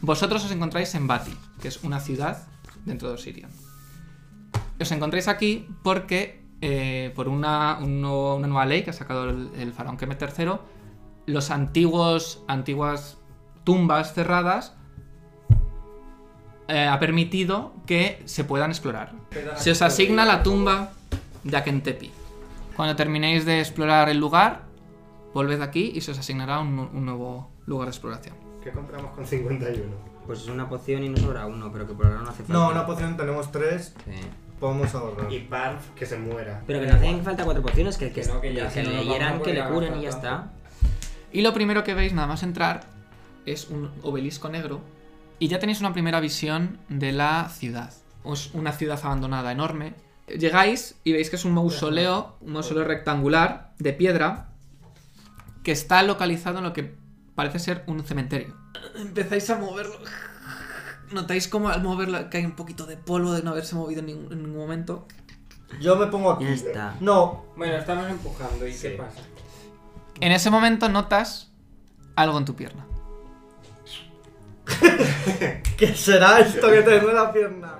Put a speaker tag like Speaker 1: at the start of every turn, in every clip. Speaker 1: Vosotros os encontráis en Bati, que es una ciudad dentro de Osirian. Os encontráis aquí porque, eh, por una, un nuevo- una nueva ley que ha sacado el, el faraón Kemet III, los antiguos, antiguas tumbas cerradas eh, ha permitido que se puedan explorar. Se os asigna la tumba de Akentepi. Cuando terminéis de explorar el lugar, volved aquí y se os asignará un, nu- un nuevo lugar de exploración.
Speaker 2: ¿Qué compramos con 51?
Speaker 3: Pues es una poción y nos sobra uno, pero que por ahora no hace falta.
Speaker 4: No, una poción tenemos tres,
Speaker 3: Sí.
Speaker 4: podemos ahorrar.
Speaker 2: Y Parf, que se muera.
Speaker 3: Pero que no hacen falta cuatro pociones, que, que,
Speaker 5: Que no, que ya,
Speaker 3: que
Speaker 5: que no
Speaker 3: le
Speaker 5: nos vamos
Speaker 3: hieran,
Speaker 5: a
Speaker 3: que le
Speaker 5: curar,
Speaker 3: curen y ya
Speaker 5: ¿verdad?
Speaker 3: está.
Speaker 1: Y lo primero que veis nada más entrar es un obelisco negro y ya tenéis una primera visión de la ciudad. Es una ciudad abandonada enorme. Llegáis y veis que es un mausoleo, un mausoleo rectangular de piedra que está localizado en lo que parece ser un cementerio. Empezáis a moverlo. Notáis como al moverlo que hay un poquito de polvo de no haberse movido en ningún- en ningún momento.
Speaker 4: Yo me pongo aquí.
Speaker 3: Ya está.
Speaker 4: No,
Speaker 5: Bueno, estamos empujando, ¿y
Speaker 2: Sí.
Speaker 5: qué pasa?
Speaker 1: En ese momento notas algo en tu pierna.
Speaker 4: ¿qué será esto que tengo en la pierna?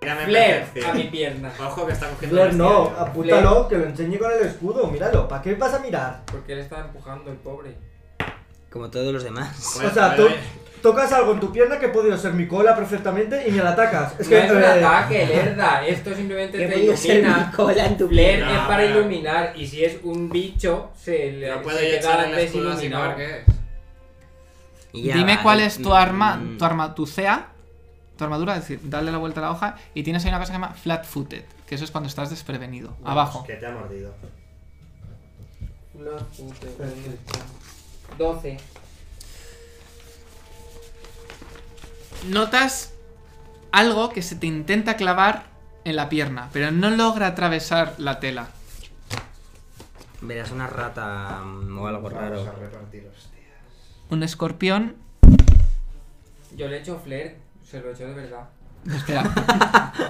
Speaker 2: Mírame
Speaker 5: Flair a
Speaker 2: perfección.
Speaker 5: mi pierna.
Speaker 2: Ojo que está cogiendo
Speaker 4: Blair,
Speaker 2: las
Speaker 4: no,
Speaker 2: piernas.
Speaker 4: apúntalo, que lo enseñe con el escudo, míralo. ¿Para qué vas a mirar?
Speaker 5: Porque él está empujando, el pobre.
Speaker 3: Como todos los demás.
Speaker 2: Joder,
Speaker 4: o sea, tú
Speaker 2: joder,
Speaker 4: tocas algo en tu pierna que ha podido ser mi cola perfectamente y me la atacas. Es
Speaker 5: no
Speaker 4: que.
Speaker 5: es un
Speaker 4: eh,
Speaker 5: ataque, Lerda. Esto simplemente
Speaker 3: Que
Speaker 5: te
Speaker 3: podía ser
Speaker 5: ilumina.
Speaker 3: mi cola en tu
Speaker 5: Flair
Speaker 3: piel.
Speaker 2: No,
Speaker 5: es para
Speaker 2: no.
Speaker 5: iluminar y si es un bicho, se le
Speaker 2: No puedo
Speaker 5: se
Speaker 2: yo echar el escudo sin
Speaker 5: desiluminado.
Speaker 2: saber qué
Speaker 3: Y ya
Speaker 1: Dime
Speaker 3: va,
Speaker 1: cuál
Speaker 3: eh,
Speaker 1: es tu
Speaker 3: mm,
Speaker 1: arma,
Speaker 3: mm,
Speaker 1: tu arma, tu CA, tu armadura, es decir, dale la vuelta a la hoja y tienes ahí una cosa que se llama flat footed, que eso es cuando estás desprevenido,
Speaker 2: es.
Speaker 1: abajo.
Speaker 2: Que te ha mordido.
Speaker 5: No, puta, coño. 12.
Speaker 1: Notas algo que se te intenta clavar en la pierna, pero no logra atravesar la tela.
Speaker 3: Verás una rata mm, o algo
Speaker 2: Vamos a
Speaker 3: raro.
Speaker 2: repartir hostias.
Speaker 1: Un escorpión.
Speaker 5: Yo le echo Flair, se lo echo de verdad.
Speaker 1: Espera,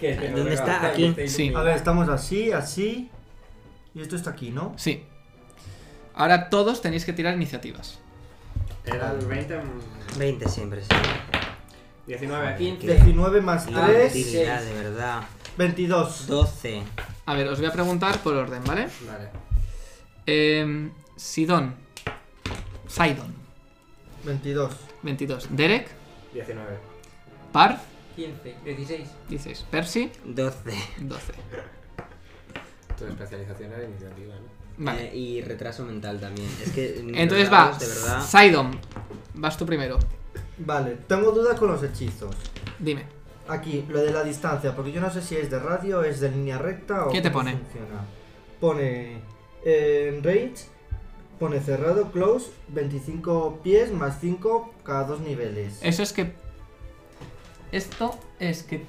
Speaker 5: Que es que no
Speaker 3: ¿Dónde
Speaker 5: me
Speaker 3: está?
Speaker 5: levanta,
Speaker 3: Aquí.
Speaker 5: que está
Speaker 1: Sí.
Speaker 4: A ver,
Speaker 5: iluminado.
Speaker 4: estamos así, así. Y esto está aquí, ¿no?
Speaker 1: sí. Ahora todos tenéis que tirar iniciativas.
Speaker 2: Era el 20. mm,
Speaker 3: 20 siempre, sí.
Speaker 2: 19 aquí.
Speaker 5: 15.
Speaker 4: 19 más
Speaker 3: No,
Speaker 4: 3,
Speaker 5: sí.
Speaker 3: utilidad, de verdad.
Speaker 4: 22.
Speaker 3: 12.
Speaker 1: A ver, os voy a preguntar por orden, ¿vale?
Speaker 2: Vale.
Speaker 1: Eh, Sidon. Sidon.
Speaker 4: 22.
Speaker 1: 22. Derek.
Speaker 2: 19.
Speaker 1: Parf.
Speaker 5: 15, 16.
Speaker 1: 16. Percy.
Speaker 3: 12.
Speaker 1: 12.
Speaker 2: Tu especialización era iniciativa, ¿no?
Speaker 1: Vale.
Speaker 3: Eh, y retraso mental también. Es que. mm,
Speaker 1: Entonces
Speaker 3: los
Speaker 1: va,
Speaker 3: dados, De verdad.
Speaker 1: Sidon, vas tú primero.
Speaker 4: Vale, tengo dudas con los hechizos.
Speaker 1: Dime.
Speaker 4: Aquí, lo de la distancia, porque yo no sé si es de radio, es de línea recta o.
Speaker 1: ¿Qué te
Speaker 4: cómo
Speaker 1: pone?
Speaker 4: funciona. Pone. eh, en range, pone cerrado, close, 25 pies más 5 cada dos niveles.
Speaker 1: Eso es que. Esto es que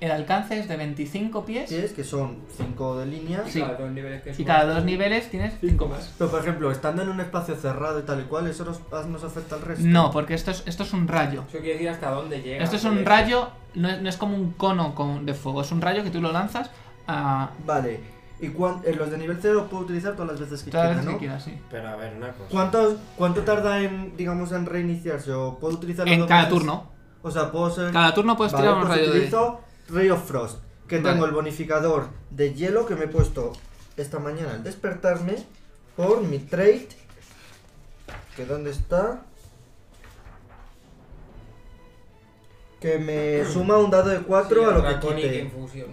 Speaker 1: el alcance es de 25 pies
Speaker 4: Pies, que son 5 de línea.
Speaker 1: Sí.
Speaker 5: Cada dos niveles que
Speaker 1: y
Speaker 5: suba.
Speaker 1: cada dos niveles tienes 5 más.
Speaker 4: Pero por ejemplo, estando en un espacio cerrado y tal y cual, ¿eso nos, nos afecta al resto?
Speaker 1: No, porque esto es, esto es un rayo.
Speaker 5: Eso quiere decir hasta dónde llega.
Speaker 1: Esto es un rayo, no es, no es como un cono con- de fuego, es un rayo que tú lo lanzas a
Speaker 4: Vale. ¿Y cuán- eh, los de nivel 0 puedo utilizar todas las veces que
Speaker 1: todas
Speaker 4: quiera,
Speaker 1: las
Speaker 4: no?
Speaker 1: que quieras, sí.
Speaker 2: Pero a ver, una cosa.
Speaker 4: ¿Cuántos- ¿Cuánto tarda en, digamos, en reiniciarse? ¿O puedo utilizarlo
Speaker 1: En
Speaker 4: dos
Speaker 1: cada
Speaker 4: veces?
Speaker 1: turno.
Speaker 4: O sea, puedo ser...
Speaker 1: Cada turno puedes
Speaker 4: Vale,
Speaker 1: tirar un
Speaker 4: pues
Speaker 1: rayo de.
Speaker 4: utilizo Ray of Frost, que
Speaker 1: Vale.
Speaker 4: tengo el bonificador de hielo que me he puesto esta mañana al despertarme por mi trade. ¿Que dónde está? Que me suma un dado de 4 a lo que quite.
Speaker 5: infusión.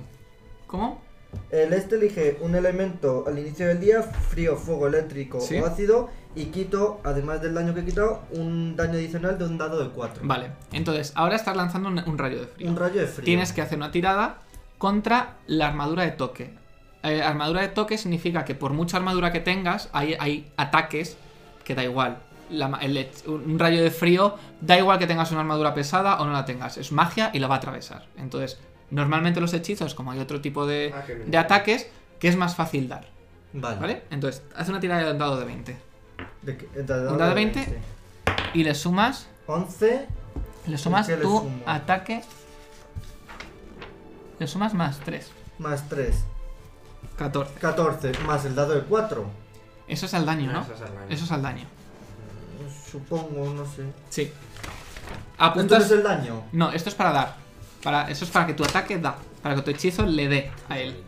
Speaker 1: ¿Cómo?
Speaker 4: El este elige un elemento al inicio del día, frío, fuego, eléctrico
Speaker 1: Sí.
Speaker 4: o ácido, y quito, además del daño que he quitado, un daño adicional de un dado de 4.
Speaker 1: Vale, entonces ahora estás lanzando un, un rayo de frío.
Speaker 4: Un rayo de frío.
Speaker 1: Tienes que hacer una tirada contra la armadura de toque. Eh, armadura de toque significa que por mucha armadura que tengas, hay, hay ataques que da igual. La ma- el hech- un un rayo de frío, da igual que tengas una armadura pesada o no la tengas. Es magia y la va a atravesar. Entonces, normalmente los hechizos, como hay otro tipo de,
Speaker 2: Ah, qué bien.
Speaker 1: de ataques, que es más fácil dar.
Speaker 4: Vale.
Speaker 1: ¿Vale? Entonces, haz una tirada de un dado de 20.
Speaker 4: De que- de dado
Speaker 1: Un dado
Speaker 4: de
Speaker 1: 20. Y le sumas
Speaker 4: 11.
Speaker 1: Le sumas
Speaker 4: ¿Y qué le
Speaker 1: tu
Speaker 4: sumo?
Speaker 1: ataque. Le sumas más 3.
Speaker 4: Más 3.
Speaker 1: 14.
Speaker 4: 14. Más el dado de 4.
Speaker 1: Eso es al daño, ¿no?
Speaker 2: Ah, Eso es al daño.
Speaker 1: Eso es al daño.
Speaker 4: Supongo, no sé.
Speaker 1: Sí.
Speaker 4: ¿Cuánto es
Speaker 1: Apuntas.
Speaker 4: el daño?
Speaker 1: No, esto es para dar. Para... Eso es para que tu ataque da. Para que tu hechizo le dé a él.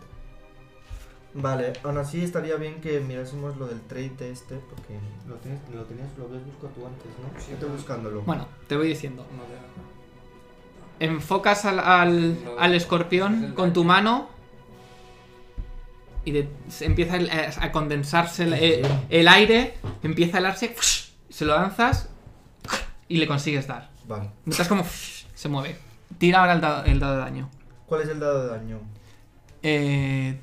Speaker 4: Vale, aún así estaría bien que mirásemos lo del trade de este, porque lo tienes, lo tenías, lo habías buscado tú antes, ¿no?
Speaker 5: Sí.
Speaker 4: Estoy buscándolo.
Speaker 1: Bueno, te voy diciendo.
Speaker 5: No te-
Speaker 1: Enfocas al, al,
Speaker 5: No,
Speaker 1: al
Speaker 5: es
Speaker 1: escorpión
Speaker 5: el
Speaker 1: con tu
Speaker 5: daño.
Speaker 1: mano. Y de- se empieza el- eh, a condensarse el, eh, el aire. Empieza a helarse. Se lo lanzas. Y le consigues dar.
Speaker 4: Vale.
Speaker 1: Notas como se mueve. Tira ahora el dado, el dado de daño.
Speaker 4: ¿Cuál es el dado de daño?
Speaker 1: Eh,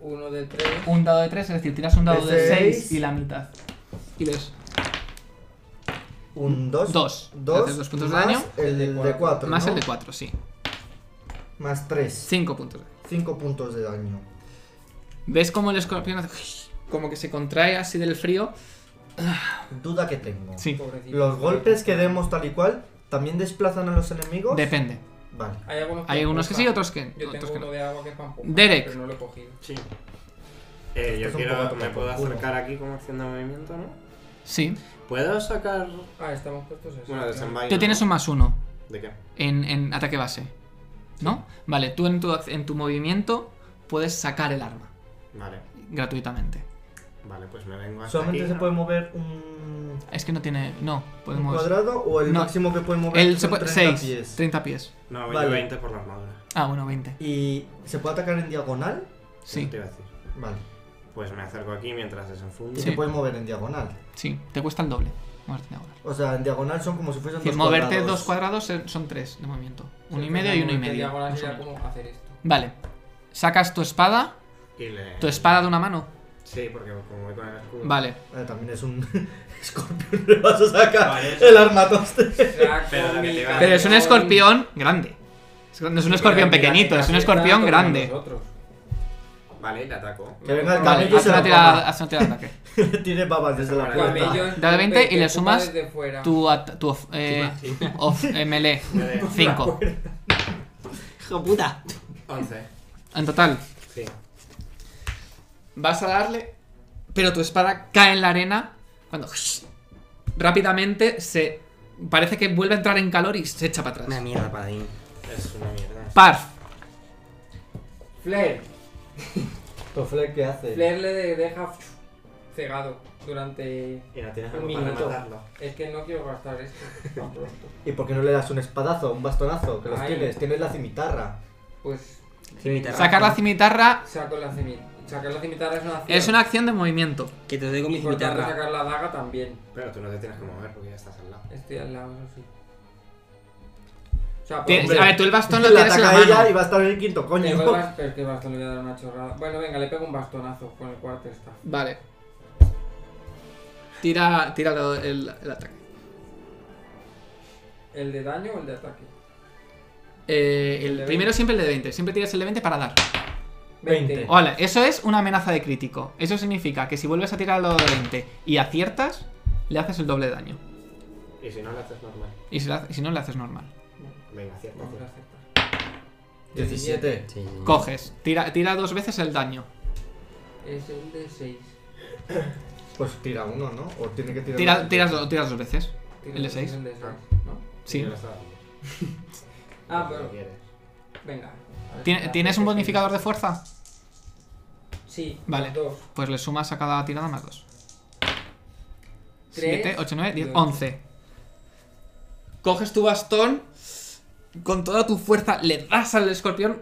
Speaker 5: Uno de tres.
Speaker 1: un dado de 3, es decir, tiras un dado
Speaker 4: De
Speaker 1: de
Speaker 4: seis.
Speaker 1: 6 y la mitad. Y ves.
Speaker 4: Un 2.
Speaker 1: Dos. Haces
Speaker 4: 2.
Speaker 1: dos puntos de
Speaker 4: más
Speaker 1: daño.
Speaker 4: El de 4.
Speaker 1: Más el de 4, sí.
Speaker 4: Más 3.
Speaker 1: 5 puntos.
Speaker 4: 5 puntos de daño.
Speaker 1: ¿Ves cómo el escorpión hace como que se contrae así del frío?
Speaker 4: Duda que tengo.
Speaker 1: Sí.
Speaker 5: Pobrecito.
Speaker 4: Los golpes que demos tal y cual también desplazan a los enemigos.
Speaker 1: Depende.
Speaker 4: Vale.
Speaker 5: Hay algunos
Speaker 1: Hay unos que sí,
Speaker 5: empujan.
Speaker 1: otros que,
Speaker 5: Yo
Speaker 1: otros
Speaker 5: tengo
Speaker 1: que
Speaker 5: uno
Speaker 1: no.
Speaker 5: de agua que es pampo.
Speaker 1: Derek.
Speaker 5: Pero no lo he cogido.
Speaker 2: Sí. Eh,
Speaker 4: Esto es
Speaker 2: yo
Speaker 4: un poco
Speaker 2: quiero.
Speaker 4: tomar
Speaker 2: Me puedo
Speaker 4: por culo.
Speaker 2: acercar aquí como acción de movimiento, ¿no?
Speaker 1: Sí.
Speaker 2: ¿Puedo sacar.
Speaker 5: Ah, estamos puestos eso.
Speaker 2: Bueno, desenvaino.
Speaker 1: Tú tienes un más 1
Speaker 2: ¿De qué?
Speaker 1: en, en ataque base. ¿No? Vale, tú en tu, ac- en tu movimiento puedes sacar el arma
Speaker 2: Vale.
Speaker 1: gratuitamente.
Speaker 2: Vale, pues me vengo hasta
Speaker 4: Solamente
Speaker 2: aquí.
Speaker 4: se puede mover un,
Speaker 1: Es que no tiene. No,
Speaker 4: un
Speaker 1: podemos.
Speaker 4: cuadrado o el
Speaker 1: No.
Speaker 4: máximo que puede mover
Speaker 1: Él
Speaker 4: son
Speaker 1: se puede.
Speaker 4: 30
Speaker 1: 6.
Speaker 4: pies.
Speaker 1: 30 pies.
Speaker 2: No, voy
Speaker 4: Vale.
Speaker 2: yo 20 por la armadura.
Speaker 1: Ah, bueno, 20.
Speaker 4: Y se puede atacar en diagonal.
Speaker 1: Sí,
Speaker 2: Eso te iba a decir.
Speaker 4: Vale.
Speaker 2: Pues me acerco aquí mientras desenfundo.
Speaker 4: Y
Speaker 1: Sí.
Speaker 4: se puede mover en diagonal.
Speaker 1: sí. Te cuesta el doble. moverte de ahora.
Speaker 4: O sea, en diagonal son como si fuesen
Speaker 1: Es decir,
Speaker 4: dos
Speaker 1: moverte
Speaker 4: cuadrados.
Speaker 1: dos cuadrados eh, son tres de movimiento. Uno
Speaker 5: Sí,
Speaker 1: y medio y uno y
Speaker 5: porque
Speaker 1: medio.
Speaker 5: Diagonal
Speaker 1: más o
Speaker 5: sería
Speaker 1: menos.
Speaker 5: como hacer esto.
Speaker 1: Vale. Sacas tu espada.
Speaker 2: Y le...
Speaker 1: Tu espada de una mano.
Speaker 2: Sí, porque como voy con el escudo.
Speaker 1: Vale.
Speaker 4: Eh, también es un escorpión. Le vas a sacar
Speaker 2: Vale, eso.
Speaker 4: el armatoste.
Speaker 5: Saco
Speaker 2: Pero lo que te
Speaker 5: mi
Speaker 2: va a-
Speaker 1: Pero es un
Speaker 5: cañón.
Speaker 1: escorpión grande. Es- No es un escorpión
Speaker 5: Pero mira,
Speaker 1: pequeñito,
Speaker 5: mira,
Speaker 1: es un
Speaker 5: mira,
Speaker 1: escorpión
Speaker 5: tanto
Speaker 1: grande.
Speaker 5: como nosotros.
Speaker 2: Vale, y le ataco.
Speaker 4: Que venga el
Speaker 1: Vale,
Speaker 4: camello y
Speaker 1: haz
Speaker 4: se la
Speaker 1: una tirada
Speaker 4: coma.
Speaker 1: haz una tirada de ataque.
Speaker 4: Tiene babas desde la
Speaker 2: Camello.
Speaker 4: puerta.
Speaker 5: Camello es
Speaker 1: Da de 20 y
Speaker 5: que
Speaker 1: le
Speaker 5: empuja
Speaker 1: sumas
Speaker 5: desde fuera.
Speaker 1: Tu, at- tu of- eh, of- eh, melee.
Speaker 2: Melee.
Speaker 1: 5. Hijo puta.
Speaker 2: 11.
Speaker 1: En total,
Speaker 2: Sí.
Speaker 1: Vas a darle, pero tu espada cae en la arena cuando rápidamente se parece que vuelve a entrar en calor y se echa para
Speaker 3: Una
Speaker 1: atrás.
Speaker 3: mierda, paladín.
Speaker 2: Es una mierda.
Speaker 1: Parf,
Speaker 5: Flair.
Speaker 4: Tofle, ¿qué hace?
Speaker 5: Flair le de- deja cegado durante.
Speaker 2: Y no tienes
Speaker 5: Un
Speaker 2: algo para
Speaker 5: minuto.
Speaker 2: matarlo.
Speaker 5: Es que no quiero gastar esto tan pronto.
Speaker 4: ¿Y por qué no le das un espadazo, un bastonazo? Que los
Speaker 5: Ay.
Speaker 4: tienes, tienes la cimitarra.
Speaker 5: Pues
Speaker 3: Cimitarra.
Speaker 1: sacar la cimitarra
Speaker 5: saco la cimitarra. Sacar la cimitarra es una acción.
Speaker 1: es una acción de movimiento.
Speaker 3: Que te doy con mi
Speaker 5: Y por tanto
Speaker 3: cimitarra.
Speaker 5: sacar la daga también.
Speaker 2: Pero tú no te tienes que mover porque ya estás al lado.
Speaker 5: Estoy al lado, eso sí. O sea, pues,
Speaker 1: Tienes-
Speaker 5: hombre,
Speaker 1: a ver, tú el bastón lo
Speaker 4: Le
Speaker 1: tienes en la
Speaker 4: ataca ella y
Speaker 1: mano.
Speaker 4: va a estar en el quinto,
Speaker 5: le
Speaker 4: coño.
Speaker 5: doy bas- pero es que el bastón le voy a dar una chorrada. Bueno, venga, le pego un bastonazo con el cuarto está.
Speaker 1: Vale. Tira, tira lo- el, el ataque.
Speaker 5: ¿El de daño o el de ataque?
Speaker 1: Eh,
Speaker 5: El
Speaker 1: el
Speaker 5: de
Speaker 1: primero siempre el de 20. Siempre tiras el de 20 para dar.
Speaker 4: 20.
Speaker 1: Hola, eso es una amenaza de crítico. Eso significa que si vuelves a tirar el dado de 20 y aciertas, le haces el doble de daño.
Speaker 2: Y si no lo haces normal.
Speaker 1: Y si, la- si no, le haces normal.
Speaker 2: Venga, acierta,
Speaker 5: Vamos a
Speaker 2: acierta.
Speaker 5: aceptar.
Speaker 4: 17.
Speaker 3: Sí, sí.
Speaker 1: Coges, tira, tira dos veces el daño.
Speaker 5: Es el de 6.
Speaker 4: Pues tira uno, ¿no? O tiene que tirar.
Speaker 1: Tira- tiras, do- tiras dos veces. ¿El de seis? Ah.
Speaker 5: El de 6, ¿no?
Speaker 1: Sí.
Speaker 2: Yo lo estaba haciendo.
Speaker 5: Ah,
Speaker 2: Lo que
Speaker 5: pero.
Speaker 2: quieres.
Speaker 5: Venga. a ver,
Speaker 1: ¿Tien-
Speaker 5: espera,
Speaker 1: ¿Tienes un
Speaker 5: porque-
Speaker 1: bonificador de fuerza?
Speaker 5: Sí.
Speaker 1: Vale.
Speaker 5: los Dos.
Speaker 1: Pues le sumas a cada tirada más dos.
Speaker 5: Tres,
Speaker 1: 7, 8, 9, 10,
Speaker 5: y ocho.
Speaker 1: 11. Coges tu bastón. Con toda tu fuerza le das al escorpión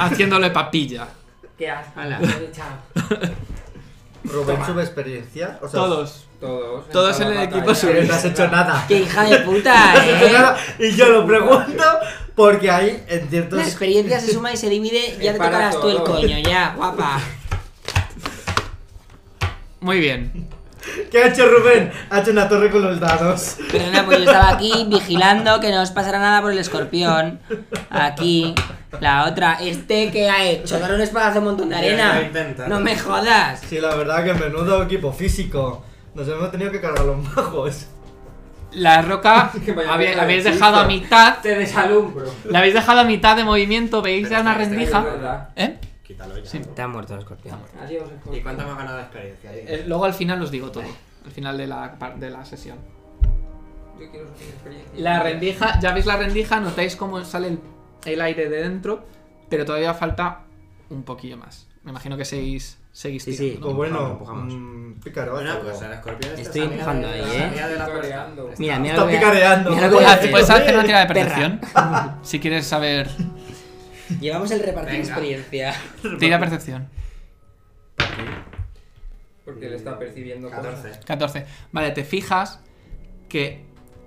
Speaker 1: haciéndole papilla.
Speaker 5: ¿Qué asco?
Speaker 2: Ala.
Speaker 5: Joder, chao.
Speaker 4: Rubén sube experiencia. O sea,
Speaker 1: Todos.
Speaker 5: Todos.
Speaker 1: Todos
Speaker 5: toda
Speaker 1: en
Speaker 5: la
Speaker 1: el equipo
Speaker 5: batalla.
Speaker 4: que
Speaker 1: subís.
Speaker 4: no has hecho nada.
Speaker 3: ¡Qué hija de puta,
Speaker 4: No has hecho
Speaker 3: eh!
Speaker 4: nada. Y yo lo pregunto porque ahí, en
Speaker 3: La
Speaker 4: ciertos.
Speaker 3: experiencia se suma y se divide, ya
Speaker 5: Es
Speaker 3: te
Speaker 5: para
Speaker 3: tocarás tú el
Speaker 5: todo.
Speaker 3: coño, ya, guapa.
Speaker 1: Muy bien.
Speaker 4: ¿Qué ha hecho Rubén? Ha hecho una torre con los dados.
Speaker 3: Perdona, pues yo estaba aquí vigilando que no os pasara nada por el escorpión. Aquí, la otra, este que ha hecho, dar un espadazo a un montón de
Speaker 2: Ya lo he
Speaker 3: arena.
Speaker 2: intentado.
Speaker 3: No me jodas.
Speaker 4: Sí, la verdad que menudo equipo físico. Nos hemos tenido que cargar los majos.
Speaker 1: La roca
Speaker 5: Que vaya
Speaker 1: había-
Speaker 5: mierda de
Speaker 1: habéis
Speaker 5: chiste.
Speaker 1: dejado a mitad.
Speaker 5: Te desalumbro.
Speaker 1: La habéis dejado a mitad de movimiento, veis ya
Speaker 2: Pero
Speaker 1: una
Speaker 2: está- está
Speaker 5: Es
Speaker 1: rendija.
Speaker 2: bien.
Speaker 5: verdad.
Speaker 1: ¿Eh?
Speaker 2: Quítalo ya.
Speaker 1: Sí.
Speaker 2: ¿no?
Speaker 3: Te ha muerto el escorpión.
Speaker 5: Adiós,
Speaker 2: ¿Y
Speaker 5: escorpión.
Speaker 2: cuánto hemos ganado de experiencia?
Speaker 1: Eh, Luego al final os digo todo. Al final de la, par- de la sesión.
Speaker 5: Yo quiero sufrir experiencia.
Speaker 1: La rendija, ya veis la rendija, notáis cómo sale el, el aire de dentro, pero todavía falta un poquillo más. Me imagino que seguís, seguís
Speaker 3: Sí, sí.
Speaker 1: tirando.
Speaker 4: O Pues bueno,
Speaker 3: empujamos.
Speaker 4: mm, pícaro, haz
Speaker 2: Una
Speaker 4: algo.
Speaker 2: cosa, el escorpión está
Speaker 3: Estoy
Speaker 2: salía
Speaker 3: empujando
Speaker 2: de-
Speaker 3: ahí,
Speaker 2: salía
Speaker 5: ¿eh?
Speaker 2: de la puerta.
Speaker 5: Coreando.
Speaker 3: Mira, mira lo
Speaker 4: Está
Speaker 3: que voy a-
Speaker 4: picareando.
Speaker 3: mira lo que pues voy a
Speaker 1: Puedes-
Speaker 3: hacer.
Speaker 1: Puedes hacer una tirada de
Speaker 3: Perra.
Speaker 1: percepción. si quieres saber.
Speaker 3: Llevamos el repartir
Speaker 2: Venga.
Speaker 3: experiencia.
Speaker 1: Tira percepción.
Speaker 5: Porque él está percibiendo cosas.
Speaker 2: 14.
Speaker 1: 14. Vale, te fijas que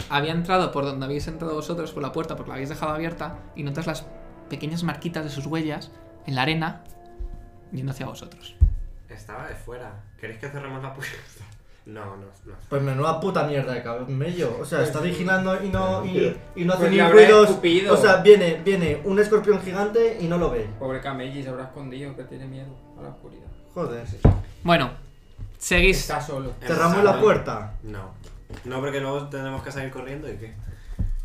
Speaker 1: había entrado por donde habéis entrado vosotros, por la puerta, porque la habéis dejado abierta, y notas las pequeñas marquitas de sus huellas en la arena yendo hacia vosotros.
Speaker 2: Estaba de fuera. ¿Queréis que cerremos la puerta? No, no, no.
Speaker 4: Pues menuda puta mierda de camello. O sea, está vigilando y no, y, y no hace
Speaker 5: Pues
Speaker 4: ni
Speaker 5: le habrá
Speaker 4: ruidos.
Speaker 5: escupido.
Speaker 4: O sea, viene, viene un escorpión gigante y no lo ve.
Speaker 5: Pobre Camelli se habrá escondido, que tiene miedo a la oscuridad.
Speaker 4: Joder.
Speaker 1: Bueno, seguís.
Speaker 5: Está solo.
Speaker 4: Cerramos la puerta.
Speaker 2: No. No, porque luego tenemos que salir corriendo y qué.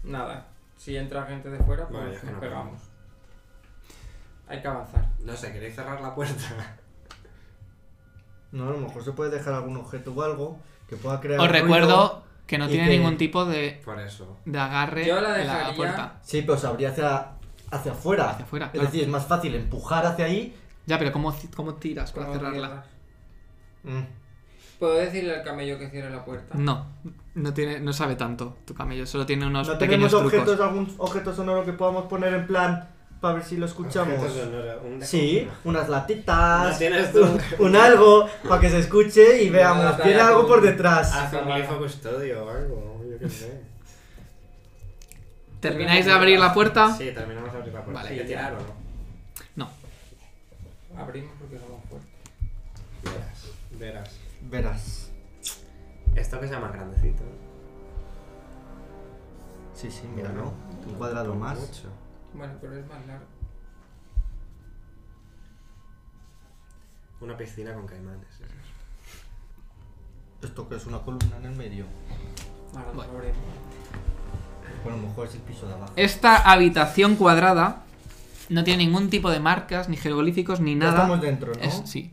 Speaker 5: Nada. Si entra gente de fuera, pues
Speaker 2: Bueno, ya es que
Speaker 5: nos
Speaker 2: no
Speaker 5: pegamos. Hay que avanzar.
Speaker 2: No sé, ¿queréis cerrar la puerta?
Speaker 4: No, a lo mejor se puede dejar algún objeto o algo que pueda crear.
Speaker 1: Os
Speaker 4: ruido.
Speaker 1: recuerdo que no
Speaker 4: y
Speaker 1: tiene
Speaker 4: que-
Speaker 1: ningún tipo de,
Speaker 2: Por eso.
Speaker 1: de agarre
Speaker 5: Yo la
Speaker 1: en la
Speaker 5: dejaría-
Speaker 1: puerta.
Speaker 4: Sí, pero se abría hacia, hacia afuera.
Speaker 1: Hacia afuera,
Speaker 4: Es
Speaker 1: claro.
Speaker 4: decir, es más fácil empujar hacia ahí.
Speaker 1: Ya, pero ¿cómo, ci- cómo tiras para
Speaker 5: Vamos a
Speaker 1: cerrarla?
Speaker 5: cerrar.
Speaker 4: Mm.
Speaker 5: ¿Puedo decirle al camello que cierre la puerta?
Speaker 1: No, no, tiene, no sabe tanto tu camello, solo tiene unos
Speaker 4: No
Speaker 1: pequeños
Speaker 4: tenemos
Speaker 1: trucos.
Speaker 4: objetos, algún objeto sonoro que podamos poner en plan para ver si lo escuchamos. Sí, unas
Speaker 2: No
Speaker 4: latitas,
Speaker 2: tienes tú.
Speaker 4: un, un algo para que se escuche y veamos.
Speaker 5: lata
Speaker 4: Tiene
Speaker 5: de
Speaker 4: algo
Speaker 5: atún.
Speaker 4: por detrás.
Speaker 2: Haz un glifo custodio o algo, yo qué sé.
Speaker 1: ¿Termináis de abrir la puerta?
Speaker 2: Sí, terminamos de abrir la puerta.
Speaker 1: Vale.
Speaker 2: ¿Hay que tirar o no?
Speaker 1: No.
Speaker 5: Abrimos porque somos fuertes.
Speaker 2: Verás. Verás.
Speaker 4: Verás.
Speaker 2: Esto que sea más grandecito.
Speaker 4: Sí, sí, mira, ¿no? Un cuadrado más.
Speaker 2: Mucho.
Speaker 5: Bueno, pero es más largo.
Speaker 2: Una piscina con caimanes. eso es.
Speaker 4: Esto que es una columna en el medio.
Speaker 5: Ahora lo
Speaker 1: Bueno.
Speaker 5: sabremos.
Speaker 4: O a lo mejor es el piso de abajo.
Speaker 1: Esta habitación cuadrada no tiene ningún tipo de marcas, ni jeroglíficos, ni
Speaker 4: Ya
Speaker 1: nada.
Speaker 4: estamos dentro, ¿no?
Speaker 1: Es- sí.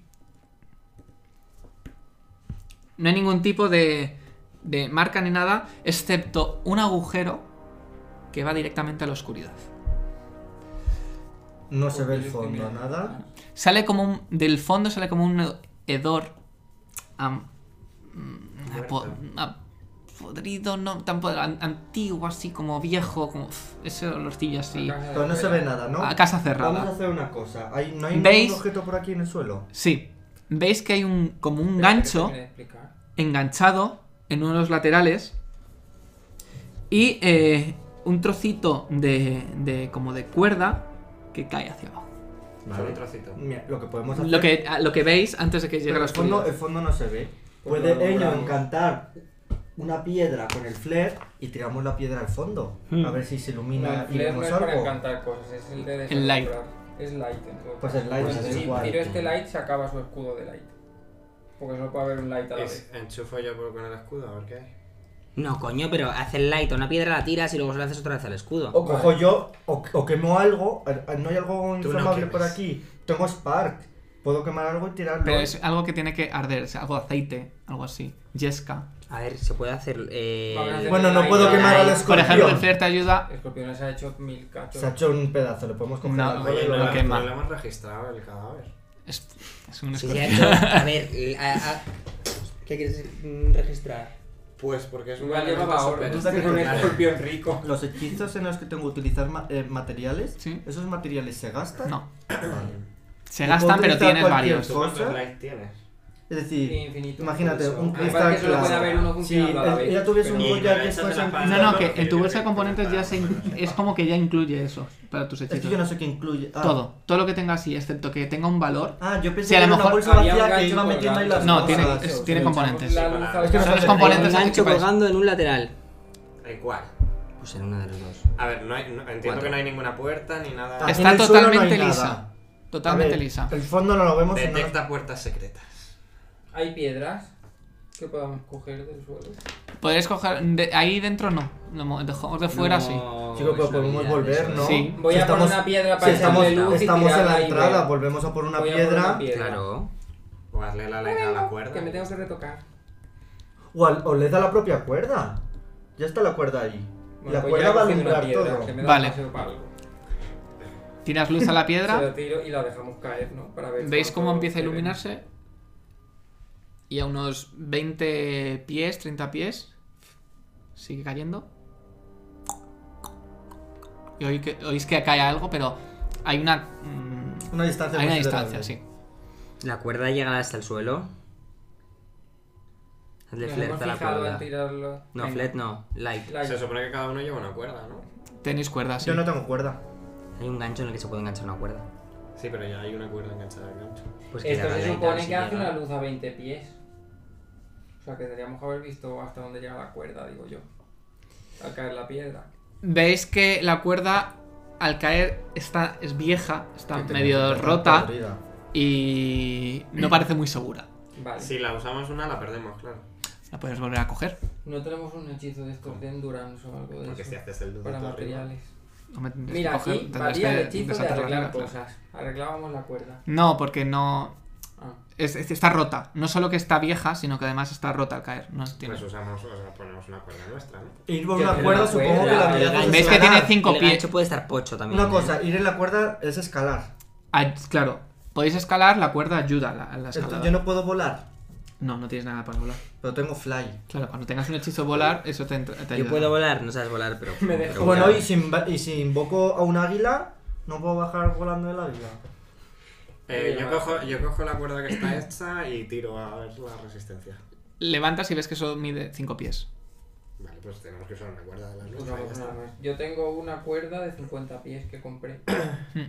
Speaker 1: No hay ningún tipo de, de marca ni nada, excepto un agujero que va directamente a la oscuridad.
Speaker 4: No se ve el
Speaker 5: Porque yo estoy
Speaker 4: fondo,
Speaker 5: mirando.
Speaker 4: nada.
Speaker 1: Sale como un, del fondo sale como un hedor am- mm, a po- a podrido, no tan podrido, an- antiguo, así como viejo, como uf, ese olorcillo así.
Speaker 5: La casa de
Speaker 4: Pero no se
Speaker 5: fuera.
Speaker 4: ve nada, ¿no?
Speaker 1: A casa cerrada.
Speaker 4: Vamos a hacer una cosa. ¿Hay, ¿No hay
Speaker 1: ¿Veis?
Speaker 4: ningún objeto por aquí en el suelo?
Speaker 1: Sí. Veis que hay un como un
Speaker 5: Espera, que
Speaker 1: gancho
Speaker 5: termine de explicar.
Speaker 1: enganchado en uno de los laterales y eh, un trocito de, de- como de cuerda que cae hacia abajo.
Speaker 2: Solo un trocito.
Speaker 4: Mira, lo que podemos hacer.
Speaker 1: Lo que, a- lo que veis antes de que llegue
Speaker 4: Pero
Speaker 1: la
Speaker 4: el fondo,
Speaker 1: oscuridad.
Speaker 4: el fondo no se ve.
Speaker 5: Pues
Speaker 4: Puede
Speaker 5: lo
Speaker 4: ello
Speaker 5: logramos.
Speaker 4: encantar una piedra con el flare y tiramos la piedra al fondo.
Speaker 1: Hmm.
Speaker 4: A ver si se ilumina
Speaker 5: No,
Speaker 4: y
Speaker 5: el flair no
Speaker 4: vemos
Speaker 5: es para
Speaker 4: algo.
Speaker 5: encantar cosas, es el de
Speaker 1: El light.
Speaker 5: desalumbrar. Es light, en todo
Speaker 4: Pues
Speaker 5: caso.
Speaker 4: el light
Speaker 5: Pues
Speaker 4: es
Speaker 5: si
Speaker 4: igual.
Speaker 5: tiro este light, se acaba su escudo de light. Porque solo puede haber un light a la vez.
Speaker 2: Es- Enchufo yo por- con el escudo, a ver qué hay.
Speaker 3: No, coño, pero haz el light, a una piedra la tiras y luego se la haces otra vez al escudo.
Speaker 4: O cojo yo, o, o quemo algo. eh, ¿No hay algo
Speaker 2: no
Speaker 4: inflamable por
Speaker 2: quemes.
Speaker 4: aquí? Tengo Spark. Puedo quemar algo y tirarlo.
Speaker 1: Pero es algo que tiene que arder, o sea, algo de aceite, algo así. Yesca.
Speaker 3: A ver, se puede hacer. eh,
Speaker 5: Vamos a hacer-
Speaker 4: Bueno, no
Speaker 5: Ay,
Speaker 4: puedo
Speaker 5: ay,
Speaker 4: quemar al
Speaker 3: ay.
Speaker 1: Por
Speaker 4: escorpión.
Speaker 1: ejemplo, el Flair te ayuda.
Speaker 5: Escorpión se ha hecho mil cachos.
Speaker 4: Se ha hecho un pedazo, lo podemos coger.
Speaker 1: No,
Speaker 4: algo y
Speaker 2: Oye,
Speaker 4: lo-
Speaker 2: no,
Speaker 1: lo
Speaker 2: lo
Speaker 1: quema.
Speaker 2: no lo hemos registrado el cadáver.
Speaker 1: Es, es un
Speaker 3: Sí, se ha
Speaker 1: escorpión.
Speaker 3: hecho- a ver, eh, a- a- ¿qué quieres mm, registrar?
Speaker 2: Pues porque es un
Speaker 5: Igual
Speaker 2: elemento
Speaker 5: llevaba oro.
Speaker 2: súper
Speaker 4: Duda que
Speaker 5: Es un
Speaker 4: te-
Speaker 5: escorpión rico.
Speaker 4: Los hechizos en los que tengo que utilizar ma- eh, materiales,
Speaker 1: Sí.
Speaker 4: ¿esos materiales se gastan?
Speaker 1: No.
Speaker 4: Vale.
Speaker 1: Se
Speaker 4: Y
Speaker 1: gastan,
Speaker 4: puedo
Speaker 1: pero
Speaker 4: utilizar
Speaker 1: tienes
Speaker 4: cualquier
Speaker 1: varios.
Speaker 2: ¿Tú cuántos
Speaker 4: Cosa.
Speaker 2: likes tienes?
Speaker 4: Es decir,
Speaker 5: Infinito.
Speaker 4: imagínate,
Speaker 5: Eso.
Speaker 4: un
Speaker 5: Además
Speaker 4: cristal
Speaker 5: que solo puede
Speaker 4: claro.
Speaker 5: haber uno
Speaker 4: si
Speaker 5: funcionando a la vez.
Speaker 4: ella tuviese un
Speaker 5: pero-
Speaker 2: Y
Speaker 4: Goya
Speaker 2: la
Speaker 4: que
Speaker 2: esa
Speaker 4: fuese
Speaker 2: te la
Speaker 4: un
Speaker 2: pagan.
Speaker 1: No, no, que
Speaker 2: Yo
Speaker 1: en
Speaker 2: creo
Speaker 1: tu
Speaker 2: que
Speaker 1: bolsa de
Speaker 2: te
Speaker 1: componentes ya
Speaker 2: falta.
Speaker 1: se in- es como que ya incluye eso para tus
Speaker 4: Es que yo
Speaker 1: hechizos.
Speaker 4: no sé qué incluye. Ah.
Speaker 1: Todo, todo lo que tenga así, excepto que tenga un valor.
Speaker 4: Ah, yo pensé
Speaker 1: Sí, a
Speaker 4: que
Speaker 1: lo
Speaker 4: era una
Speaker 1: mejor
Speaker 4: bolsa
Speaker 5: había un
Speaker 4: vacía que
Speaker 5: gancho
Speaker 4: iba metiendo ahí las
Speaker 1: No,
Speaker 5: colgando.
Speaker 4: cosas.
Speaker 1: tiene,
Speaker 4: Sí,
Speaker 1: es-
Speaker 4: sí,
Speaker 1: tiene
Speaker 4: sí.
Speaker 1: componentes.
Speaker 5: La luz
Speaker 2: Es que
Speaker 1: Son
Speaker 5: alcanza-
Speaker 1: los
Speaker 3: Hay
Speaker 1: componentes
Speaker 3: un
Speaker 1: así que
Speaker 3: gancho
Speaker 1: vais.
Speaker 3: colgando en un lateral.
Speaker 2: ¿Hay cuál?
Speaker 3: Pues en una de las dos.
Speaker 2: A ver, no hay, no- entiendo
Speaker 1: Cuatro.
Speaker 2: que no hay ninguna puerta ni nada.
Speaker 4: Ah,
Speaker 1: Está
Speaker 4: en el suelo no hay
Speaker 1: totalmente
Speaker 4: nada.
Speaker 1: lisa.
Speaker 4: A
Speaker 1: Totalmente
Speaker 4: ver,
Speaker 1: lisa.
Speaker 4: El fondo no lo vemos. y no lo-
Speaker 2: Detecta puertas secretas.
Speaker 5: Hay piedras. que podamos coger del suelo?
Speaker 1: Podéis coger. de- ahí dentro no. Lo mo- dejamos de fuera, sí.
Speaker 4: Chico, pero podemos volver, ¿no?
Speaker 1: Sí.
Speaker 5: Voy
Speaker 4: Si
Speaker 5: a poner
Speaker 4: estamos-
Speaker 5: una piedra
Speaker 4: Si
Speaker 5: para
Speaker 4: estamos,
Speaker 5: echarle luz y
Speaker 4: estamos en
Speaker 5: tirarla
Speaker 4: la
Speaker 5: y ver.
Speaker 4: entrada, volvemos a por una
Speaker 5: Voy a
Speaker 4: piedra.
Speaker 5: poner
Speaker 3: Claro.
Speaker 2: O darle la letra a la cuerda.
Speaker 5: Que me tengo que retocar.
Speaker 4: O, al- o le da la propia cuerda. Ya está la cuerda ahí.
Speaker 5: Bueno,
Speaker 4: la
Speaker 5: pues
Speaker 4: cuerda
Speaker 5: ya
Speaker 4: va a
Speaker 5: cogiendo una
Speaker 4: alumbrar
Speaker 5: piedra,
Speaker 4: todo.
Speaker 5: que me da
Speaker 1: Vale.
Speaker 5: demasiado palo.
Speaker 1: Tiras luz a la
Speaker 5: Se
Speaker 1: piedra.
Speaker 5: lo tiro y la dejamos caer, ¿no? Para ver
Speaker 1: ¿Veis
Speaker 5: cuánto
Speaker 1: cómo empieza a
Speaker 5: se ve.
Speaker 1: iluminarse? Y a unos 20 pies, 30 pies. Sigue cayendo. Y oí que- oís que cae algo, pero hay una. mm,
Speaker 4: Una distancia.
Speaker 1: hay una
Speaker 4: considerable.
Speaker 1: distancia, sí.
Speaker 3: La cuerda llega hasta el suelo. Hazle
Speaker 5: Nos
Speaker 3: flet
Speaker 5: hemos
Speaker 3: a la
Speaker 5: fijado
Speaker 3: cuerda.
Speaker 5: en tirarlo.
Speaker 3: No,
Speaker 5: Venga.
Speaker 3: flet no, light.
Speaker 5: La-
Speaker 2: Se supone que cada uno lleva una cuerda, ¿no?
Speaker 1: Tenéis cuerdas. sí.
Speaker 4: Yo no tengo cuerda.
Speaker 3: Hay un gancho en el que se puede enganchar una cuerda.
Speaker 2: Sí, pero ya hay una cuerda enganchada al gancho.
Speaker 3: Pues que le
Speaker 5: Esto
Speaker 3: haga
Speaker 5: se
Speaker 3: light, a ver
Speaker 5: supone
Speaker 3: si
Speaker 5: que hace
Speaker 3: llega.
Speaker 5: una luz a 20 pies. O sea, que tendríamos que haber visto hasta dónde llega la cuerda, digo yo. Al caer la piedra.
Speaker 1: Veis que la cuerda al caer está, es vieja, está
Speaker 4: Que tenía
Speaker 1: Ah, medio
Speaker 4: que estar
Speaker 1: rota
Speaker 4: podrida.
Speaker 1: y no parece muy segura.
Speaker 5: Vale.
Speaker 2: Si la usamos una, la perdemos, claro.
Speaker 5: Pues
Speaker 1: La puedes volver a coger.
Speaker 5: No tenemos un hechizo de estos de endurance o algo de
Speaker 2: Porque
Speaker 5: eso.
Speaker 2: si haces el
Speaker 5: para
Speaker 2: dudito arriba.
Speaker 5: materiales.
Speaker 1: No me tendrías que
Speaker 5: Mira,
Speaker 1: coger,
Speaker 5: aquí
Speaker 1: tendrías
Speaker 5: varía el
Speaker 1: que
Speaker 5: hechizo de
Speaker 1: desatar la
Speaker 5: arreglar
Speaker 1: cuerda.
Speaker 5: cosas. Arreglábamos la cuerda.
Speaker 1: No, porque no.
Speaker 5: Ah.
Speaker 1: es- es- está rota. No solo que está vieja, sino que además está rota al caer. No tiene-
Speaker 2: Pues usamos, o sea, ponemos una cuerda nuestra, ¿no?
Speaker 4: Ir por
Speaker 5: Yo
Speaker 4: una
Speaker 5: tengo
Speaker 4: cuerda,
Speaker 5: una
Speaker 4: supongo
Speaker 5: cuerda,
Speaker 4: que la
Speaker 5: pero
Speaker 4: medida
Speaker 1: el
Speaker 4: es
Speaker 1: gancho- Ves que
Speaker 4: escalar.
Speaker 1: tiene cinco
Speaker 3: el
Speaker 1: pies.
Speaker 3: gancho puede estar pocho también.
Speaker 4: Una
Speaker 3: ¿eh?
Speaker 4: cosa, ir en la cuerda es escalar.
Speaker 1: Ah, claro, podéis escalar, la cuerda ayuda a la, a la escalada.
Speaker 4: Entonces, yo no puedo volar,
Speaker 1: No, no tienes nada para volar.
Speaker 4: pero tengo fly.
Speaker 1: Claro, cuando tengas un hechizo volar, eso te, entra- te ayuda.
Speaker 3: Yo puedo volar, no sabes volar, pero.
Speaker 5: Me dejo
Speaker 3: pero
Speaker 4: Bueno,
Speaker 3: volar.
Speaker 4: y si, inv- y si invoco a un águila, no puedo bajar volando del águila.
Speaker 2: Eh, yo,
Speaker 5: Venga.
Speaker 2: cojo, yo cojo la cuerda que está hecha y tiro a ver la resistencia.
Speaker 1: Levantas y ves que eso mide 5 pies.
Speaker 2: Vale, pues tenemos que usar una cuerda de las nuestras. y ya
Speaker 5: Usamos
Speaker 2: está.
Speaker 5: una más. Yo tengo una cuerda de 50 pies que compré.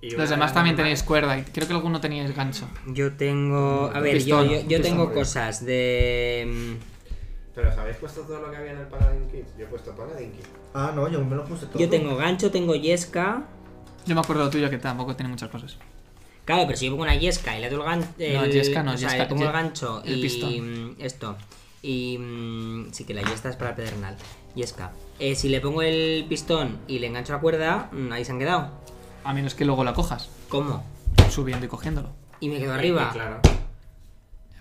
Speaker 2: Y una
Speaker 1: Los demás
Speaker 2: de
Speaker 1: también
Speaker 2: animal.
Speaker 1: tenéis cuerda y creo que alguno teníais gancho.
Speaker 3: Yo tengo. A ver, yo,
Speaker 1: Pistón,
Speaker 3: yo, yo
Speaker 1: un
Speaker 3: tengo
Speaker 2: pistón.
Speaker 3: cosas de. mm,
Speaker 2: Pero ¿os habéis puesto todo lo que había en el Paladin Kit? Yo he puesto Paladin Kit.
Speaker 4: Ah, no, yo me lo puse todo.
Speaker 3: Yo tengo gancho, tengo yesca.
Speaker 1: Yo me acuerdo tuyo que tampoco tiene muchas cosas.
Speaker 3: Claro, pero si yo pongo una yesca y le doy el gancho.
Speaker 1: No, yesca no,
Speaker 3: o sea,
Speaker 1: yesca-
Speaker 3: le pongo
Speaker 1: ye-
Speaker 3: el gancho
Speaker 1: el
Speaker 3: y.
Speaker 1: pistón.
Speaker 3: mm, Esto. Y. mm, sí, que la yesca es para el pedernal. Yesca. Eh, si le pongo el pistón y le engancho la cuerda, mm, ahí se han quedado.
Speaker 1: A menos que luego la cojas,
Speaker 3: ¿Cómo?
Speaker 1: subiendo y cogiéndolo.
Speaker 3: Y me quedo
Speaker 2: Eh,
Speaker 3: arriba.
Speaker 2: claro.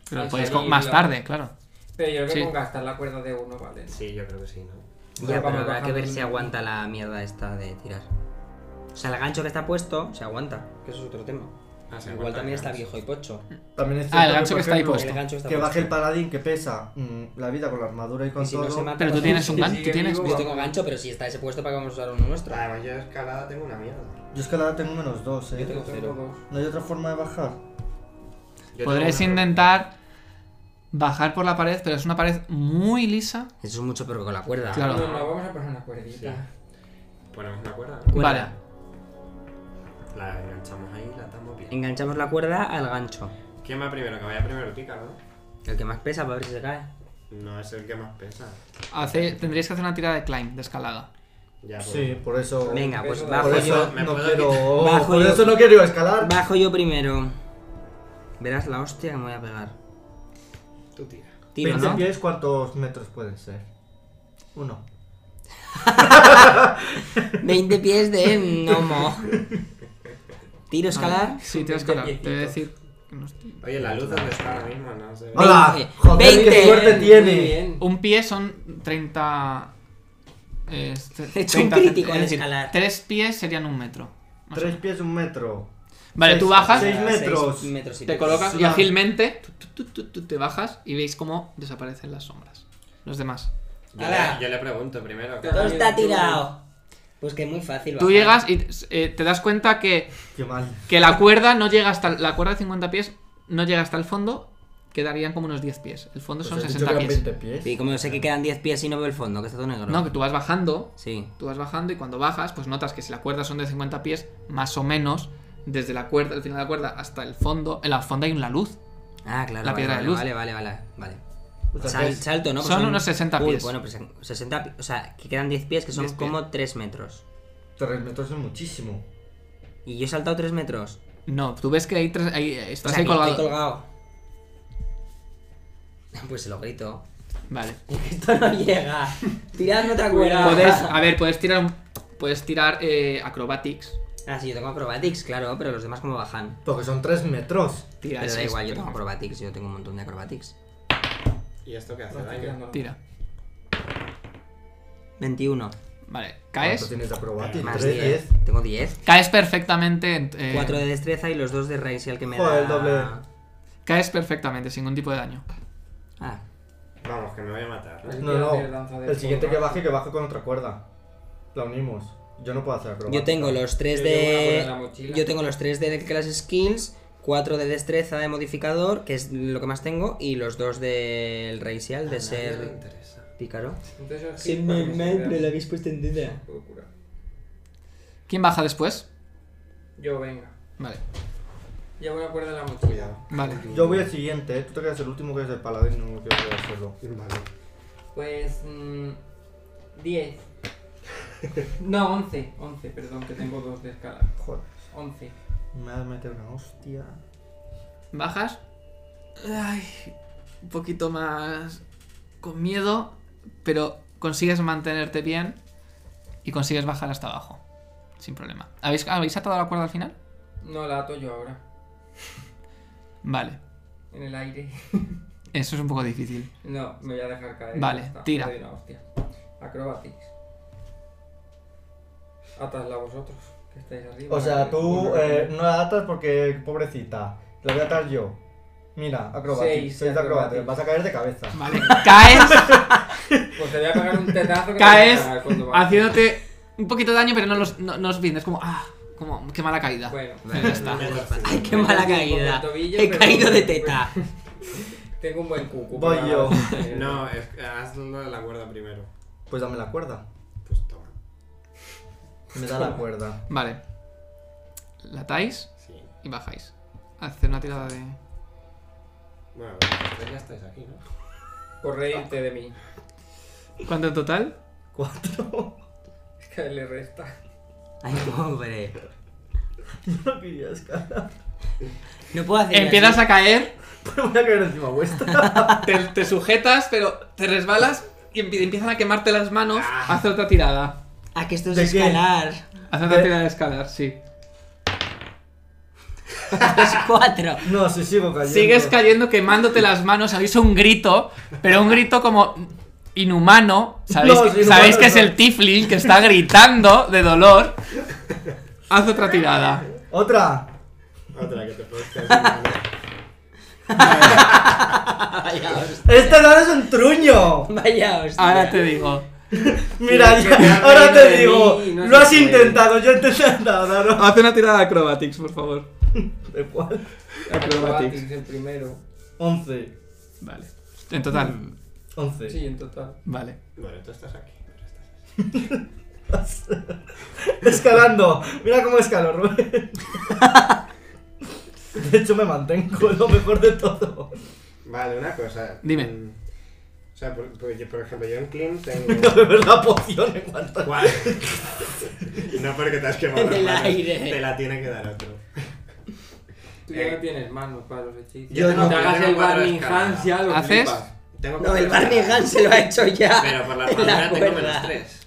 Speaker 1: Pero
Speaker 5: Al
Speaker 1: lo podéis
Speaker 5: salir,
Speaker 1: co- más
Speaker 5: la-
Speaker 1: tarde, claro.
Speaker 5: Pero yo creo que
Speaker 1: Sí.
Speaker 5: con gastar la cuerda de uno, vale.
Speaker 2: Sí, yo creo que sí, ¿no?
Speaker 3: Ya,
Speaker 5: Vamos
Speaker 3: pero habrá que
Speaker 5: bajando
Speaker 3: ver
Speaker 5: el-
Speaker 3: si aguanta la mierda esta de tirar. O sea, el gancho que está puesto se aguanta, que eso es otro tema.
Speaker 2: Ah, se
Speaker 3: Igual
Speaker 2: aguanta
Speaker 3: también
Speaker 2: el
Speaker 3: está
Speaker 2: gancho.
Speaker 3: viejo y pocho.
Speaker 4: También es
Speaker 1: Ah,
Speaker 4: cierto
Speaker 1: el gancho
Speaker 4: por
Speaker 1: que está ahí
Speaker 4: ejemplo,
Speaker 1: puesto.
Speaker 3: El gancho está
Speaker 4: Que baje el
Speaker 3: puesto.
Speaker 4: paladín que pesa mm, la vida con la armadura y con
Speaker 3: Y si no
Speaker 4: todo.
Speaker 3: se mata,
Speaker 1: Pero tú
Speaker 3: pues,
Speaker 1: tienes un
Speaker 5: Sí,
Speaker 1: gancho,
Speaker 5: sí,
Speaker 1: tú tienes...
Speaker 5: amigo.
Speaker 3: Yo tengo gancho, pero si está ese puesto, ¿para qué vamos a usar uno nuestro?
Speaker 2: Además, yo escalada tengo una mierda.
Speaker 4: Yo escalada tengo menos dos, eh.
Speaker 3: Yo tengo cero.
Speaker 5: dos.
Speaker 4: No hay otra forma de bajar.
Speaker 2: Yo
Speaker 1: Podréis
Speaker 2: tengo una-
Speaker 1: intentar bajar por la pared, pero es una pared muy lisa.
Speaker 3: Eso es mucho pero con la cuerda.
Speaker 1: Claro.
Speaker 5: No, no, vamos a poner una cuerdita.
Speaker 2: Ponemos una cuerda, ¿no?
Speaker 3: Cuerda.
Speaker 1: Vale.
Speaker 2: La enganchamos ahí y la atamos bien.
Speaker 3: Enganchamos la cuerda al gancho.
Speaker 2: ¿Quién va primero? Que vaya primero pica, ¿no?
Speaker 3: El que más pesa para ver si se cae.
Speaker 2: No es el que más pesa.
Speaker 1: Hace- tendríais que hacer una tirada de climb, de escalada.
Speaker 2: Ya, pues.
Speaker 4: Sí, por eso.
Speaker 3: Venga, pues
Speaker 5: Por
Speaker 3: bajo
Speaker 4: Por eso
Speaker 3: yo.
Speaker 2: me
Speaker 4: no
Speaker 2: puedo
Speaker 4: quiero.
Speaker 3: Bajo
Speaker 4: Por
Speaker 3: yo.
Speaker 4: eso no quiero escalar.
Speaker 3: Bajo yo primero. Verás la hostia que me voy a pegar.
Speaker 2: Tú tira.
Speaker 3: Tiro,
Speaker 4: 20
Speaker 3: ¿no?
Speaker 4: pies, ¿cuántos metros pueden ser? Uno.
Speaker 3: 20 pies de gnomo. Tiro escalar.
Speaker 1: Sí, tienes que
Speaker 5: Veinte
Speaker 1: escalar. Te voy a decir... que no estoy-
Speaker 2: Oye, la luz dónde está ahora mismo, no sé.
Speaker 3: Hola.
Speaker 4: ¡Hala! ¡Joder, qué
Speaker 3: 20.
Speaker 4: suerte
Speaker 5: Muy
Speaker 4: tiene!
Speaker 5: bien.
Speaker 1: Un pie son 30... eh,
Speaker 3: He hecho un
Speaker 1: 30,
Speaker 3: crítico
Speaker 1: es
Speaker 3: en
Speaker 1: decir,
Speaker 3: escalar.
Speaker 1: Tres pies serían un metro. más o
Speaker 4: Tres pies, un metro.
Speaker 1: Vale,
Speaker 4: Seis-
Speaker 1: tú bajas,
Speaker 4: seis metros.
Speaker 3: Seis metros y
Speaker 1: te
Speaker 3: pico.
Speaker 1: colocas y
Speaker 4: Claro.
Speaker 1: ágilmente tú, tú, tú, tú, tú, te bajas y veis cómo desaparecen las sombras. Los demás.
Speaker 2: Yo,
Speaker 3: Hola.
Speaker 2: le, yo le pregunto primero.
Speaker 5: Te
Speaker 3: Todo
Speaker 5: doy-
Speaker 2: claro.
Speaker 3: está tirado. Pues que es muy fácil.
Speaker 1: Tú
Speaker 3: bajar.
Speaker 1: llegas y eh, te das cuenta que,
Speaker 4: Qué mal.
Speaker 1: que la cuerda no llega hasta la cuerda de 50 pies no llega hasta el fondo, quedarían como unos 10 pies. El fondo
Speaker 4: Pues
Speaker 1: son
Speaker 4: he dicho
Speaker 1: 60
Speaker 4: que eran
Speaker 1: pies.
Speaker 4: 20 pies.
Speaker 3: Y como yo sé que quedan 10 pies y no veo el fondo, que está todo negro.
Speaker 1: No, que tú vas bajando,
Speaker 3: Sí.
Speaker 1: tú vas bajando y cuando bajas, pues notas que si la cuerda son de 50 pies, más o menos, desde la cuerda, el final de la cuerda hasta el fondo, en la fondo hay una luz.
Speaker 3: Ah, claro.
Speaker 1: La
Speaker 3: vale,
Speaker 1: piedra de
Speaker 3: vale,
Speaker 1: luz. Pues
Speaker 3: Vale, vale, vale. vale.
Speaker 4: O sea,
Speaker 3: Sal-
Speaker 4: que es-
Speaker 3: salto, ¿no? Pues
Speaker 1: son unos 60
Speaker 3: Uy,
Speaker 1: pies.
Speaker 3: bueno, pues son 60 pi- O sea, que quedan 10 pies, que son
Speaker 1: 10 pies.
Speaker 3: como 3 metros.
Speaker 4: Tres metros es muchísimo.
Speaker 3: Y yo he saltado 3 metros.
Speaker 1: No, tú ves que hay tres, ahí, eh,
Speaker 3: O
Speaker 1: estás
Speaker 3: sea,
Speaker 1: ahí
Speaker 3: que estoy
Speaker 1: colgado.
Speaker 3: colgado. Pues se lo grito.
Speaker 1: Vale.
Speaker 3: Esto no llega. Tiradme otra cuerda.
Speaker 1: Puedes, a ver, puedes tirar un- puedes tirar eh, acrobatics.
Speaker 3: Ah, sí, yo tengo acrobatics, claro, pero los demás cómo bajan.
Speaker 4: Porque son 3 metros.
Speaker 1: Tira,
Speaker 3: Pero
Speaker 1: es-
Speaker 3: da
Speaker 1: es-
Speaker 3: igual, yo tengo acrobatics, yo tengo un montón de acrobatics.
Speaker 2: ¿Y esto qué hace
Speaker 5: No estoy
Speaker 2: daño?
Speaker 5: tirándolo.
Speaker 1: Tira.
Speaker 3: 21.
Speaker 1: Vale,
Speaker 4: ¿Cuánto
Speaker 1: caes.
Speaker 4: tienes de acrobático?
Speaker 3: Más
Speaker 4: 3,
Speaker 3: 10.
Speaker 4: 10.
Speaker 3: Tengo 10.
Speaker 1: Caes perfectamente. en- eh,
Speaker 3: 4 de destreza y los 2 de racial que me
Speaker 4: Joder,
Speaker 3: da.
Speaker 4: el doble.
Speaker 1: Caes perfectamente, sin ningún tipo de daño.
Speaker 3: Ah,
Speaker 2: Vamos, que me voy a matar. ¿no?
Speaker 5: Así
Speaker 4: No,
Speaker 5: que hacer danza
Speaker 4: no.
Speaker 5: del
Speaker 4: El siguiente que
Speaker 5: fuego.
Speaker 4: baje, que baje con otra cuerda. La unimos. Yo no puedo hacer acrobático.
Speaker 3: yo tengo los 3
Speaker 5: Yo llevo una cuerda
Speaker 3: de.
Speaker 5: en la mochila.
Speaker 3: Este, Yo tengo los 3 de class skills, 4 de destreza de modificador, que es lo que más tengo, y los 2 del racial de
Speaker 2: A nadie le
Speaker 3: ser
Speaker 2: interesa.
Speaker 3: pícaro.
Speaker 5: Entonces yo giro para que me se vea.
Speaker 3: habéis puesto en duda.
Speaker 5: Locura.
Speaker 1: ¿Quién baja después?
Speaker 5: Yo venga.
Speaker 1: Vale.
Speaker 5: Llevo la cuerda en la mochila.
Speaker 1: Vale.
Speaker 4: Yo voy al siguiente, ¿eh? tú te quedas el último que es el paladín, no quiero hacerlo.
Speaker 2: Vale.
Speaker 5: Pues. mm, 10. No, 11. 11, perdón, que tengo dos de escala.
Speaker 4: Joder,
Speaker 5: 11.
Speaker 4: me ha metido una hostia.
Speaker 1: Bajas. Ay, un poquito más con miedo, pero consigues mantenerte bien y consigues bajar hasta abajo. Sin problema. ¿Habéis, ¿habéis atado la cuerda al final?
Speaker 5: No la ato yo ahora.
Speaker 1: Vale.
Speaker 5: En el aire.
Speaker 1: Eso es un poco difícil.
Speaker 5: No, me voy a dejar caer.
Speaker 1: Vale,
Speaker 5: ya está.
Speaker 1: tira.
Speaker 5: Me doy una hostia. Acrobatics. Atadla vosotros, que estáis arriba.
Speaker 4: O sea, tú
Speaker 5: Uno,
Speaker 4: eh,
Speaker 5: uno.
Speaker 4: no la atas porque, pobrecita, la voy a atar yo. Mira, acrobatics,
Speaker 5: Seis,
Speaker 4: 6 de acrobatics,
Speaker 5: acrobatics.
Speaker 4: vas a caer de cabeza.
Speaker 1: Vale. Caes,
Speaker 5: Pues te voy a pegar un tetazo que
Speaker 1: caes,
Speaker 5: te voy a cagar cuando bajes.
Speaker 1: haciéndote un poquito de daño, pero no los, no, no os vienes. Como, ah, como, qué mala caída.
Speaker 5: Bueno,
Speaker 1: Ya está.
Speaker 3: Ay, qué
Speaker 5: Me
Speaker 3: mala
Speaker 5: metí un poco
Speaker 3: caída.
Speaker 5: el tobillo,
Speaker 3: He
Speaker 5: pero-
Speaker 3: caído de teta.
Speaker 5: tengo un buen cucu.
Speaker 4: Voy
Speaker 5: para-
Speaker 4: yo.
Speaker 2: No, es, hazlo de la cuerda primero.
Speaker 4: Pues dame la cuerda.
Speaker 2: Pues toma.
Speaker 4: Me da la cuerda.
Speaker 1: Vale. La atáis
Speaker 2: Sí.
Speaker 1: y bajáis. Hacer una tirada de.
Speaker 2: Bueno, vosotros ya estáis aquí, ¿no?
Speaker 5: Por reírte de mí.
Speaker 1: ¿Cuánto en total?
Speaker 4: 4.
Speaker 5: Es que le resta.
Speaker 3: Ay, pobre.
Speaker 4: No quería escalar.
Speaker 3: No puedo hacer.
Speaker 1: Empiezas a caer.
Speaker 4: Pero voy a caer encima vuestra.
Speaker 1: te, te sujetas, pero te resbalas y empie- empiezan a quemarte las manos. Haz otra tirada.
Speaker 3: A que esto es
Speaker 4: ¿De qué?
Speaker 3: escalar.
Speaker 1: Haz otra
Speaker 4: Eh.
Speaker 1: tirada de escalar, sí.
Speaker 3: Los cuatro.
Speaker 4: No, si sigo cayendo.
Speaker 1: Sigues cayendo, quemándote las manos. Habéis un grito, pero un grito como inhumano. Sabéis,
Speaker 4: No,
Speaker 1: que-
Speaker 4: es inhumano,
Speaker 1: sabéis que es
Speaker 4: no.
Speaker 1: el Tiflin que está gritando de dolor. Haz otra tirada.
Speaker 4: Otra.
Speaker 2: Otra que te puedes caer. sin ganas.
Speaker 3: Vaya hostia.
Speaker 4: Este no es un truño.
Speaker 3: Vaya hostia.
Speaker 1: Ahora te digo.
Speaker 4: Mira,
Speaker 5: Sí,
Speaker 4: ya-
Speaker 5: que me han
Speaker 4: ahora
Speaker 5: reído
Speaker 4: te
Speaker 5: de
Speaker 4: digo,
Speaker 5: mí, no
Speaker 4: lo
Speaker 5: se
Speaker 4: has
Speaker 5: puede.
Speaker 4: intentado, yo te he intentado, ¿no?
Speaker 1: Haz una tirada de acrobatics, por favor.
Speaker 4: ¿De cuál?
Speaker 1: Acrobatics.
Speaker 5: Acrobatics el primero.
Speaker 4: 11.
Speaker 1: Vale. En total.
Speaker 4: 11.
Speaker 5: Sí, en total.
Speaker 1: Vale.
Speaker 2: Bueno, tú estás aquí. pero estás así.
Speaker 4: Escalando. Mira cómo escalo, Rubén. De hecho, me mantengo lo mejor de todo.
Speaker 2: Vale, una cosa.
Speaker 1: Dime.
Speaker 2: Mm, O sea, por, por- yo, por ejemplo, yo en Clean
Speaker 4: No
Speaker 2: tengo.
Speaker 4: beber la poción en cuanto.
Speaker 2: ¿Cuál? no porque te has quemado.
Speaker 3: En
Speaker 2: las
Speaker 3: el
Speaker 2: manos,
Speaker 3: aire.
Speaker 2: Te la tiene que dar otro.
Speaker 5: Tú ya
Speaker 2: Eh,
Speaker 5: no tienes manos para los hechizos.
Speaker 2: yo
Speaker 5: no
Speaker 2: no-
Speaker 5: te
Speaker 2: yo
Speaker 5: hagas
Speaker 2: tengo
Speaker 5: el
Speaker 2: cuatro
Speaker 5: Barney
Speaker 2: escaladas.
Speaker 5: Hans ya lo
Speaker 1: ¿Haces?
Speaker 5: flipas.
Speaker 2: Tengo
Speaker 3: No, el
Speaker 2: cuatro
Speaker 3: Barney
Speaker 2: escaladas,
Speaker 3: Hans se lo ha hecho ya.
Speaker 2: Pero por la
Speaker 3: en
Speaker 2: palabra tengo
Speaker 3: cuerda.
Speaker 2: menos tres.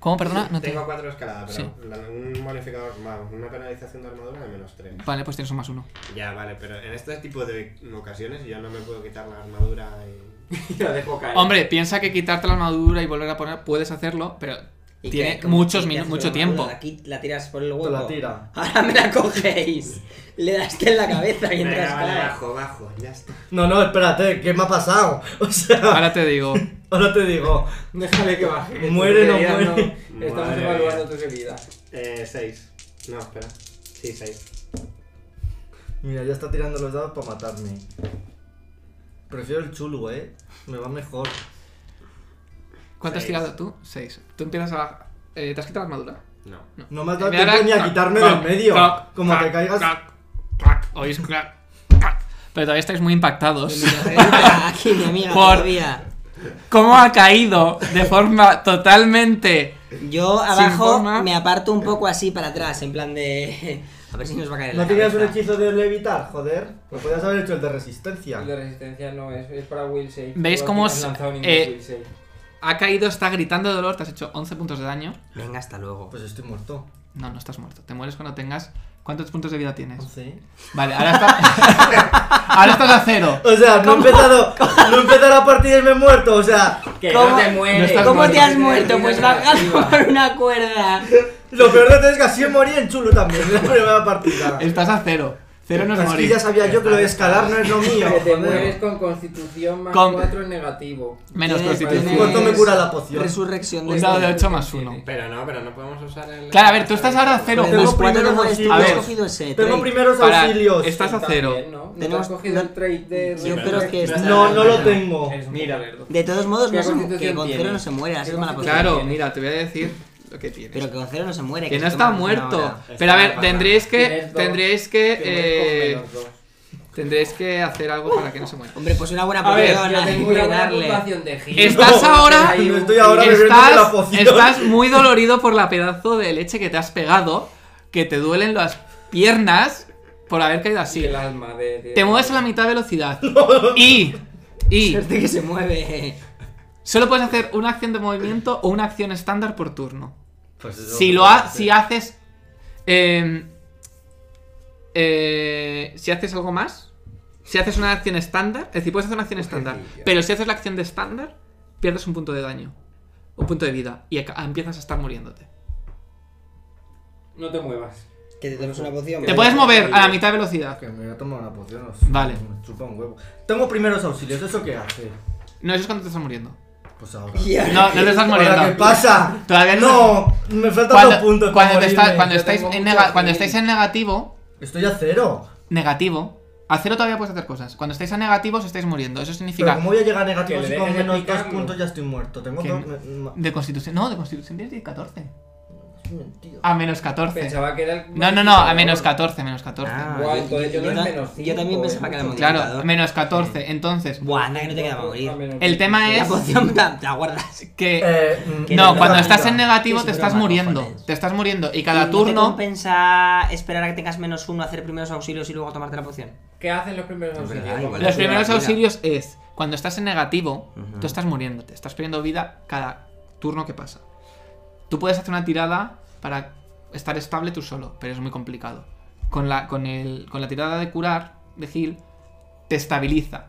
Speaker 1: ¿Cómo? Perdona, no te.
Speaker 2: Tengo cuatro escaladas, pero la- un modificador, vamos, una penalización de armadura de menos tres.
Speaker 1: Vale, pues tienes un más uno.
Speaker 2: Ya, vale, pero en este tipo de ocasiones yo no me puedo quitar la armadura y...
Speaker 5: Y la dejo caer.
Speaker 1: Hombre, piensa que quitarte la armadura y volver a poner, puedes hacerlo, pero
Speaker 3: ¿Y
Speaker 1: tiene
Speaker 3: qué? ¿Cómo
Speaker 1: muchos
Speaker 3: que
Speaker 1: minu-
Speaker 3: haces
Speaker 1: mucho
Speaker 3: una
Speaker 1: tiempo.
Speaker 3: bola? Aquí la tiras por el hueco.
Speaker 4: Te la tira.
Speaker 3: Ahora me la cogéis. Le das que en la cabeza mientras
Speaker 2: Venga, vale,
Speaker 3: cae.
Speaker 2: bajo, bajo, ya está.
Speaker 4: No, no, espérate, ¿qué me ha pasado? O sea,
Speaker 1: Ahora te digo,
Speaker 4: ahora te digo.
Speaker 5: Déjale que baje.
Speaker 4: Muere,
Speaker 5: Tus
Speaker 4: no
Speaker 5: heridas
Speaker 4: muere.
Speaker 5: no- Estamos
Speaker 2: Madre
Speaker 5: evaluando
Speaker 2: mía.
Speaker 5: tus heridas.
Speaker 2: Eh, seis. No, espera. Sí, seis.
Speaker 4: Mira, ya está tirando los dados para matarme. Prefiero el chulo, eh. Me va mejor.
Speaker 1: ¿cuánto has
Speaker 2: Seis.
Speaker 1: tirado tú? Seis. Tú empiezas a... eh, ¿Te has quitado la armadura?
Speaker 2: No.
Speaker 4: No me has
Speaker 1: Eh,
Speaker 4: dado
Speaker 1: me da
Speaker 4: tiempo ni
Speaker 1: la-
Speaker 4: a quitarme
Speaker 1: clac,
Speaker 4: del medio.
Speaker 1: clac,
Speaker 4: Como que
Speaker 1: clac,
Speaker 4: caigas.
Speaker 1: clac, clac. Oís clac, clac. Pero todavía estáis muy impactados.
Speaker 3: Aquí mi amiga
Speaker 1: Por-
Speaker 3: todavía.
Speaker 1: ¿Cómo ha caído de forma totalmente...
Speaker 3: Yo abajo
Speaker 1: forma.
Speaker 3: me aparto un poco así para atrás, en plan de. A ver si nos va a caer en
Speaker 4: ¿No
Speaker 3: la
Speaker 4: tenías un
Speaker 3: cabeza.
Speaker 4: hechizo de levitar? Joder, lo podías haber hecho el de resistencia.
Speaker 5: El de resistencia no es, es para Will Save.
Speaker 1: ¿Veis
Speaker 5: Tú
Speaker 1: cómo
Speaker 5: no has
Speaker 1: es-
Speaker 5: lanzado ningún
Speaker 1: eh,
Speaker 5: Will Save.
Speaker 1: Ha caído, está gritando de dolor, te has hecho 11 puntos de daño.
Speaker 3: Venga, hasta luego.
Speaker 4: Pues estoy muerto.
Speaker 1: No, no estás muerto. Te mueres cuando tengas. ¿Cuántos puntos de vida tienes?
Speaker 4: Sí.
Speaker 1: Vale, ahora estás. ahora estás a cero.
Speaker 4: O sea, no he empezado, no he empezado la partida y me he muerto, o sea,
Speaker 5: Que
Speaker 3: ¿Cómo-
Speaker 5: no te
Speaker 3: no
Speaker 5: mueres.
Speaker 1: estás
Speaker 3: ¿Cómo te
Speaker 1: muerto.
Speaker 3: has muerto? Pues bajando por una cuerda.
Speaker 4: lo peor de todo es que así me morí en chulo también en la primera partida.
Speaker 1: Estás a cero. Cero no es
Speaker 4: Así
Speaker 1: morir.
Speaker 4: ya sabía yo que lo de escalar no es lo mío.
Speaker 5: Que te
Speaker 4: joder.
Speaker 5: mueres con constitución más
Speaker 1: Con-
Speaker 5: 4 en negativo.
Speaker 1: Menos
Speaker 3: Tienes-
Speaker 1: constitución.
Speaker 4: ¿Cuánto me cura la poción?
Speaker 3: Resurrección de
Speaker 1: Un dado de
Speaker 3: este.
Speaker 1: 8 más 1.
Speaker 2: Pero no, pero no podemos usar el.
Speaker 1: Claro, a ver, tú estás ahora a cero.
Speaker 3: Pero
Speaker 4: Tengo
Speaker 3: los
Speaker 1: justo.
Speaker 3: cuatro
Speaker 4: primeros
Speaker 3: no puedes- tú
Speaker 1: auxilios.
Speaker 3: has
Speaker 1: A ver.
Speaker 3: cogido ese.
Speaker 4: Tengo
Speaker 3: Drake.
Speaker 4: primeros
Speaker 1: Para-
Speaker 4: auxilios.
Speaker 1: estás a
Speaker 5: También,
Speaker 1: cero.
Speaker 5: ¿no? ¿No te
Speaker 3: Tenemos-
Speaker 5: has cogido
Speaker 3: no-
Speaker 5: el trade de...
Speaker 3: Yo
Speaker 5: de-
Speaker 3: creo
Speaker 5: de-
Speaker 3: que está-
Speaker 4: No, no lo tengo.
Speaker 5: Eres un
Speaker 1: Mira.
Speaker 5: puto lerdo.
Speaker 3: De todos modos,
Speaker 5: ¿Qué
Speaker 3: no se mu-
Speaker 5: constitución
Speaker 3: que con
Speaker 5: tiene?
Speaker 3: cero no se muere, así
Speaker 5: ¿Qué
Speaker 3: es mala postura.
Speaker 5: constitución?
Speaker 1: Claro, mira, te voy a decir lo que tienes.
Speaker 3: Pero que con cero no se muere.
Speaker 1: que
Speaker 3: se
Speaker 1: no
Speaker 3: toma
Speaker 1: está
Speaker 3: una
Speaker 1: muerto.
Speaker 3: hora.
Speaker 1: Pero a ver,
Speaker 2: Está
Speaker 1: tendréis que.
Speaker 5: Tienes dos.
Speaker 1: Tendréis que.
Speaker 5: Que
Speaker 1: eh,
Speaker 5: mueres con menos dos.
Speaker 1: Tendréis que hacer algo para que no se muera.
Speaker 3: Hombre, pues una buena
Speaker 5: A ver,
Speaker 3: poción,
Speaker 5: yo
Speaker 3: hay
Speaker 5: tengo
Speaker 3: que
Speaker 5: una buena
Speaker 3: darle.
Speaker 5: puntuación de giro.
Speaker 1: Estás
Speaker 5: No,
Speaker 1: ahora-
Speaker 5: hay un-
Speaker 4: Estoy ahora bebiendo de la
Speaker 1: Estás,
Speaker 4: poción.
Speaker 1: estás muy dolorido por la pedazo de leche que te has pegado, que te duelen las piernas por haber caído
Speaker 5: y
Speaker 1: así.
Speaker 5: el alma de... de-
Speaker 1: Te mueves a la mitad de velocidad. Y, y
Speaker 3: Suerte Este que se mueve.
Speaker 1: solo puedes hacer una acción de movimiento o una acción estándar por turno.
Speaker 4: Pues eso
Speaker 1: Si
Speaker 4: no
Speaker 1: lo
Speaker 4: puede
Speaker 1: ha,
Speaker 4: ser.
Speaker 1: si haces, eh, eh, si haces algo más, si haces una acción estándar, es decir, puedes hacer una
Speaker 4: Pues
Speaker 1: acción estándar,
Speaker 2: Ojecilla.
Speaker 1: pero si haces la acción de estándar, pierdes un punto de daño, un punto de vida y aca- empiezas a estar muriéndote.
Speaker 5: No te muevas.
Speaker 3: Que te tomes una poción.
Speaker 1: Te puedes mover a la mitad de velocidad.
Speaker 4: Que me voy a tomar una poción. os-
Speaker 1: Vale.
Speaker 4: me Chupa un huevo. Tengo primeros auxilios, ¿eso qué hace?
Speaker 1: No, eso es cuando te estás muriendo.
Speaker 4: Pues ahora.
Speaker 3: Y ahora-
Speaker 1: No, no te estás
Speaker 4: Ahora, ¿Qué
Speaker 1: muriendo.
Speaker 4: pasa?
Speaker 1: Todavía
Speaker 4: No, me faltan dos puntos.
Speaker 1: Cuando,
Speaker 4: para
Speaker 1: cuando, te está-
Speaker 4: morirme.
Speaker 1: cuando
Speaker 5: yo
Speaker 1: estáis
Speaker 5: tengo
Speaker 1: en
Speaker 5: mucho
Speaker 1: nega-
Speaker 5: que
Speaker 1: cuando
Speaker 5: ir.
Speaker 1: estáis en negativo,
Speaker 4: Estoy a cero.
Speaker 1: negativo. A cero todavía puedes hacer cosas. Cuando estáis a negativo, os estáis muriendo. Eso
Speaker 4: Pero
Speaker 1: significa
Speaker 4: como voy a llegar a
Speaker 5: Que
Speaker 4: negativo
Speaker 5: le
Speaker 4: si con
Speaker 5: dejes de
Speaker 4: menos dos
Speaker 5: picarlo.
Speaker 4: puntos ya estoy muerto? Tengo
Speaker 1: Que
Speaker 4: dos.
Speaker 1: no-
Speaker 4: me- me-
Speaker 1: de constitución. No, de constitución tienes 10, 14.
Speaker 4: es un mentío.
Speaker 1: A menos 14.
Speaker 5: Pensaba que era el...
Speaker 1: No, no, no, a menos 14, menos 14.
Speaker 3: Ah,
Speaker 5: Guau,
Speaker 3: yo-
Speaker 5: entonces yo
Speaker 3: yo
Speaker 5: no es
Speaker 3: ta-
Speaker 5: menos
Speaker 3: yo también
Speaker 5: cinco,
Speaker 3: pensaba
Speaker 5: eh,
Speaker 3: que era
Speaker 5: mucho.
Speaker 1: Claro,
Speaker 3: multiplicador.
Speaker 1: menos 14. Entonces,
Speaker 3: Buah, anda que no te queda para
Speaker 5: A
Speaker 3: morir. pues,
Speaker 5: menos
Speaker 1: el tema
Speaker 3: La
Speaker 1: es
Speaker 3: poción te la guardas.
Speaker 1: que.
Speaker 4: Eh, mm,
Speaker 3: que
Speaker 1: No,
Speaker 4: me
Speaker 1: cuando
Speaker 4: da
Speaker 1: estás
Speaker 4: vida.
Speaker 1: en negativo
Speaker 3: Es
Speaker 1: te estás
Speaker 3: broma,
Speaker 1: muriendo.
Speaker 3: cojones.
Speaker 1: Te estás muriendo y
Speaker 3: ¿Y
Speaker 1: cada
Speaker 3: no te
Speaker 1: turno.
Speaker 3: compensa esperar a que tengas menos uno, hacer primeros auxilios y luego tomarte la poción?
Speaker 5: ¿Qué hacen los primeros
Speaker 3: Es verdad,
Speaker 5: auxilios?
Speaker 3: igual.
Speaker 1: Los
Speaker 3: Cuando
Speaker 1: primeros
Speaker 3: te da vida.
Speaker 1: auxilios es cuando estás en negativo,
Speaker 3: Ujú.
Speaker 1: tú estás muriéndote, estás perdiendo vida cada turno que pasa. Tú puedes hacer una tirada para estar estable tú solo, pero es muy complicado. Con la, con el, con la tirada de curar, de heal, te estabiliza.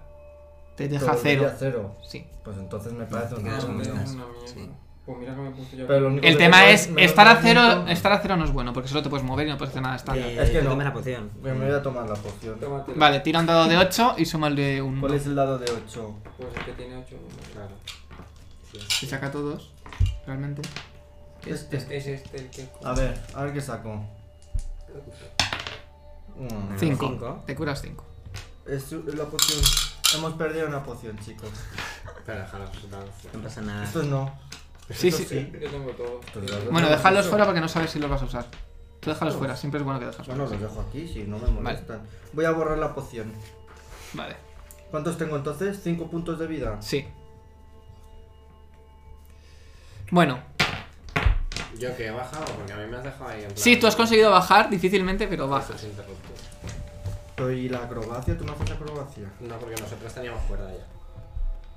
Speaker 1: Te deja
Speaker 4: Todo
Speaker 1: cero.
Speaker 4: iría a cero.
Speaker 1: Sí.
Speaker 4: Pues entonces me parece
Speaker 3: Te
Speaker 4: un
Speaker 3: quedas
Speaker 5: No,
Speaker 3: como
Speaker 5: no,
Speaker 4: mentío.
Speaker 3: estás.
Speaker 5: es una mierda.
Speaker 3: Sí.
Speaker 5: Pues mira que me puse yo.
Speaker 4: Pero lo único
Speaker 1: El
Speaker 4: que
Speaker 1: tema
Speaker 4: tengo
Speaker 1: es
Speaker 4: menos
Speaker 1: estar a
Speaker 4: dos
Speaker 1: cero,
Speaker 4: puntos.
Speaker 1: estar a cero no es bueno, porque solo te puedes mover y no puedes hacer nada estándar.
Speaker 4: Es que
Speaker 3: Eh,
Speaker 4: no.
Speaker 3: tomes la poción.
Speaker 4: Me voy a tomar la poción.
Speaker 5: Tómatelo.
Speaker 1: Vale, tira un dado de 8 y suma el de un
Speaker 4: ¿Cuál
Speaker 1: uno.
Speaker 4: es el dado de 8?
Speaker 5: Pues el que tiene 8.
Speaker 2: Claro.
Speaker 1: Se
Speaker 2: Sí.
Speaker 1: saca todos, realmente.
Speaker 4: Este.
Speaker 5: Es este el que.
Speaker 4: A ver, a ver qué saco. Mm.
Speaker 1: Cinco.
Speaker 3: Cinco.
Speaker 1: Te curas 5.
Speaker 4: Es la poción. Hemos perdido una poción, chicos.
Speaker 2: Espera, déjalo. dale.
Speaker 3: No pasa nada.
Speaker 4: Estos no.
Speaker 1: Sí,
Speaker 4: Estos
Speaker 1: sí.
Speaker 5: Yo tengo todo.
Speaker 4: Estos dados
Speaker 1: Bueno,
Speaker 4: no.
Speaker 1: déjalos fuera porque no sabes si los vas a usar. Tú déjalos fuera, siempre es bueno que dejas fuera.
Speaker 4: Bueno, los dejo aquí si no me molestan. Voy a borrar la poción.
Speaker 1: Vale,
Speaker 4: ¿Cuántos tengo entonces? ¿Cinco puntos de vida?
Speaker 1: sí. Bueno,
Speaker 2: ¿Yo que he bajado? Porque a mí me has dejado ahí en plan.
Speaker 1: sí, tú has conseguido bajar difícilmente, pero
Speaker 2: Esto
Speaker 1: bajas.
Speaker 2: se interrumpe.
Speaker 4: Pero, ¿Y la acrobacia? ¿Tú no haces acrobacia?
Speaker 2: No, porque nosotros teníamos cuerda ya.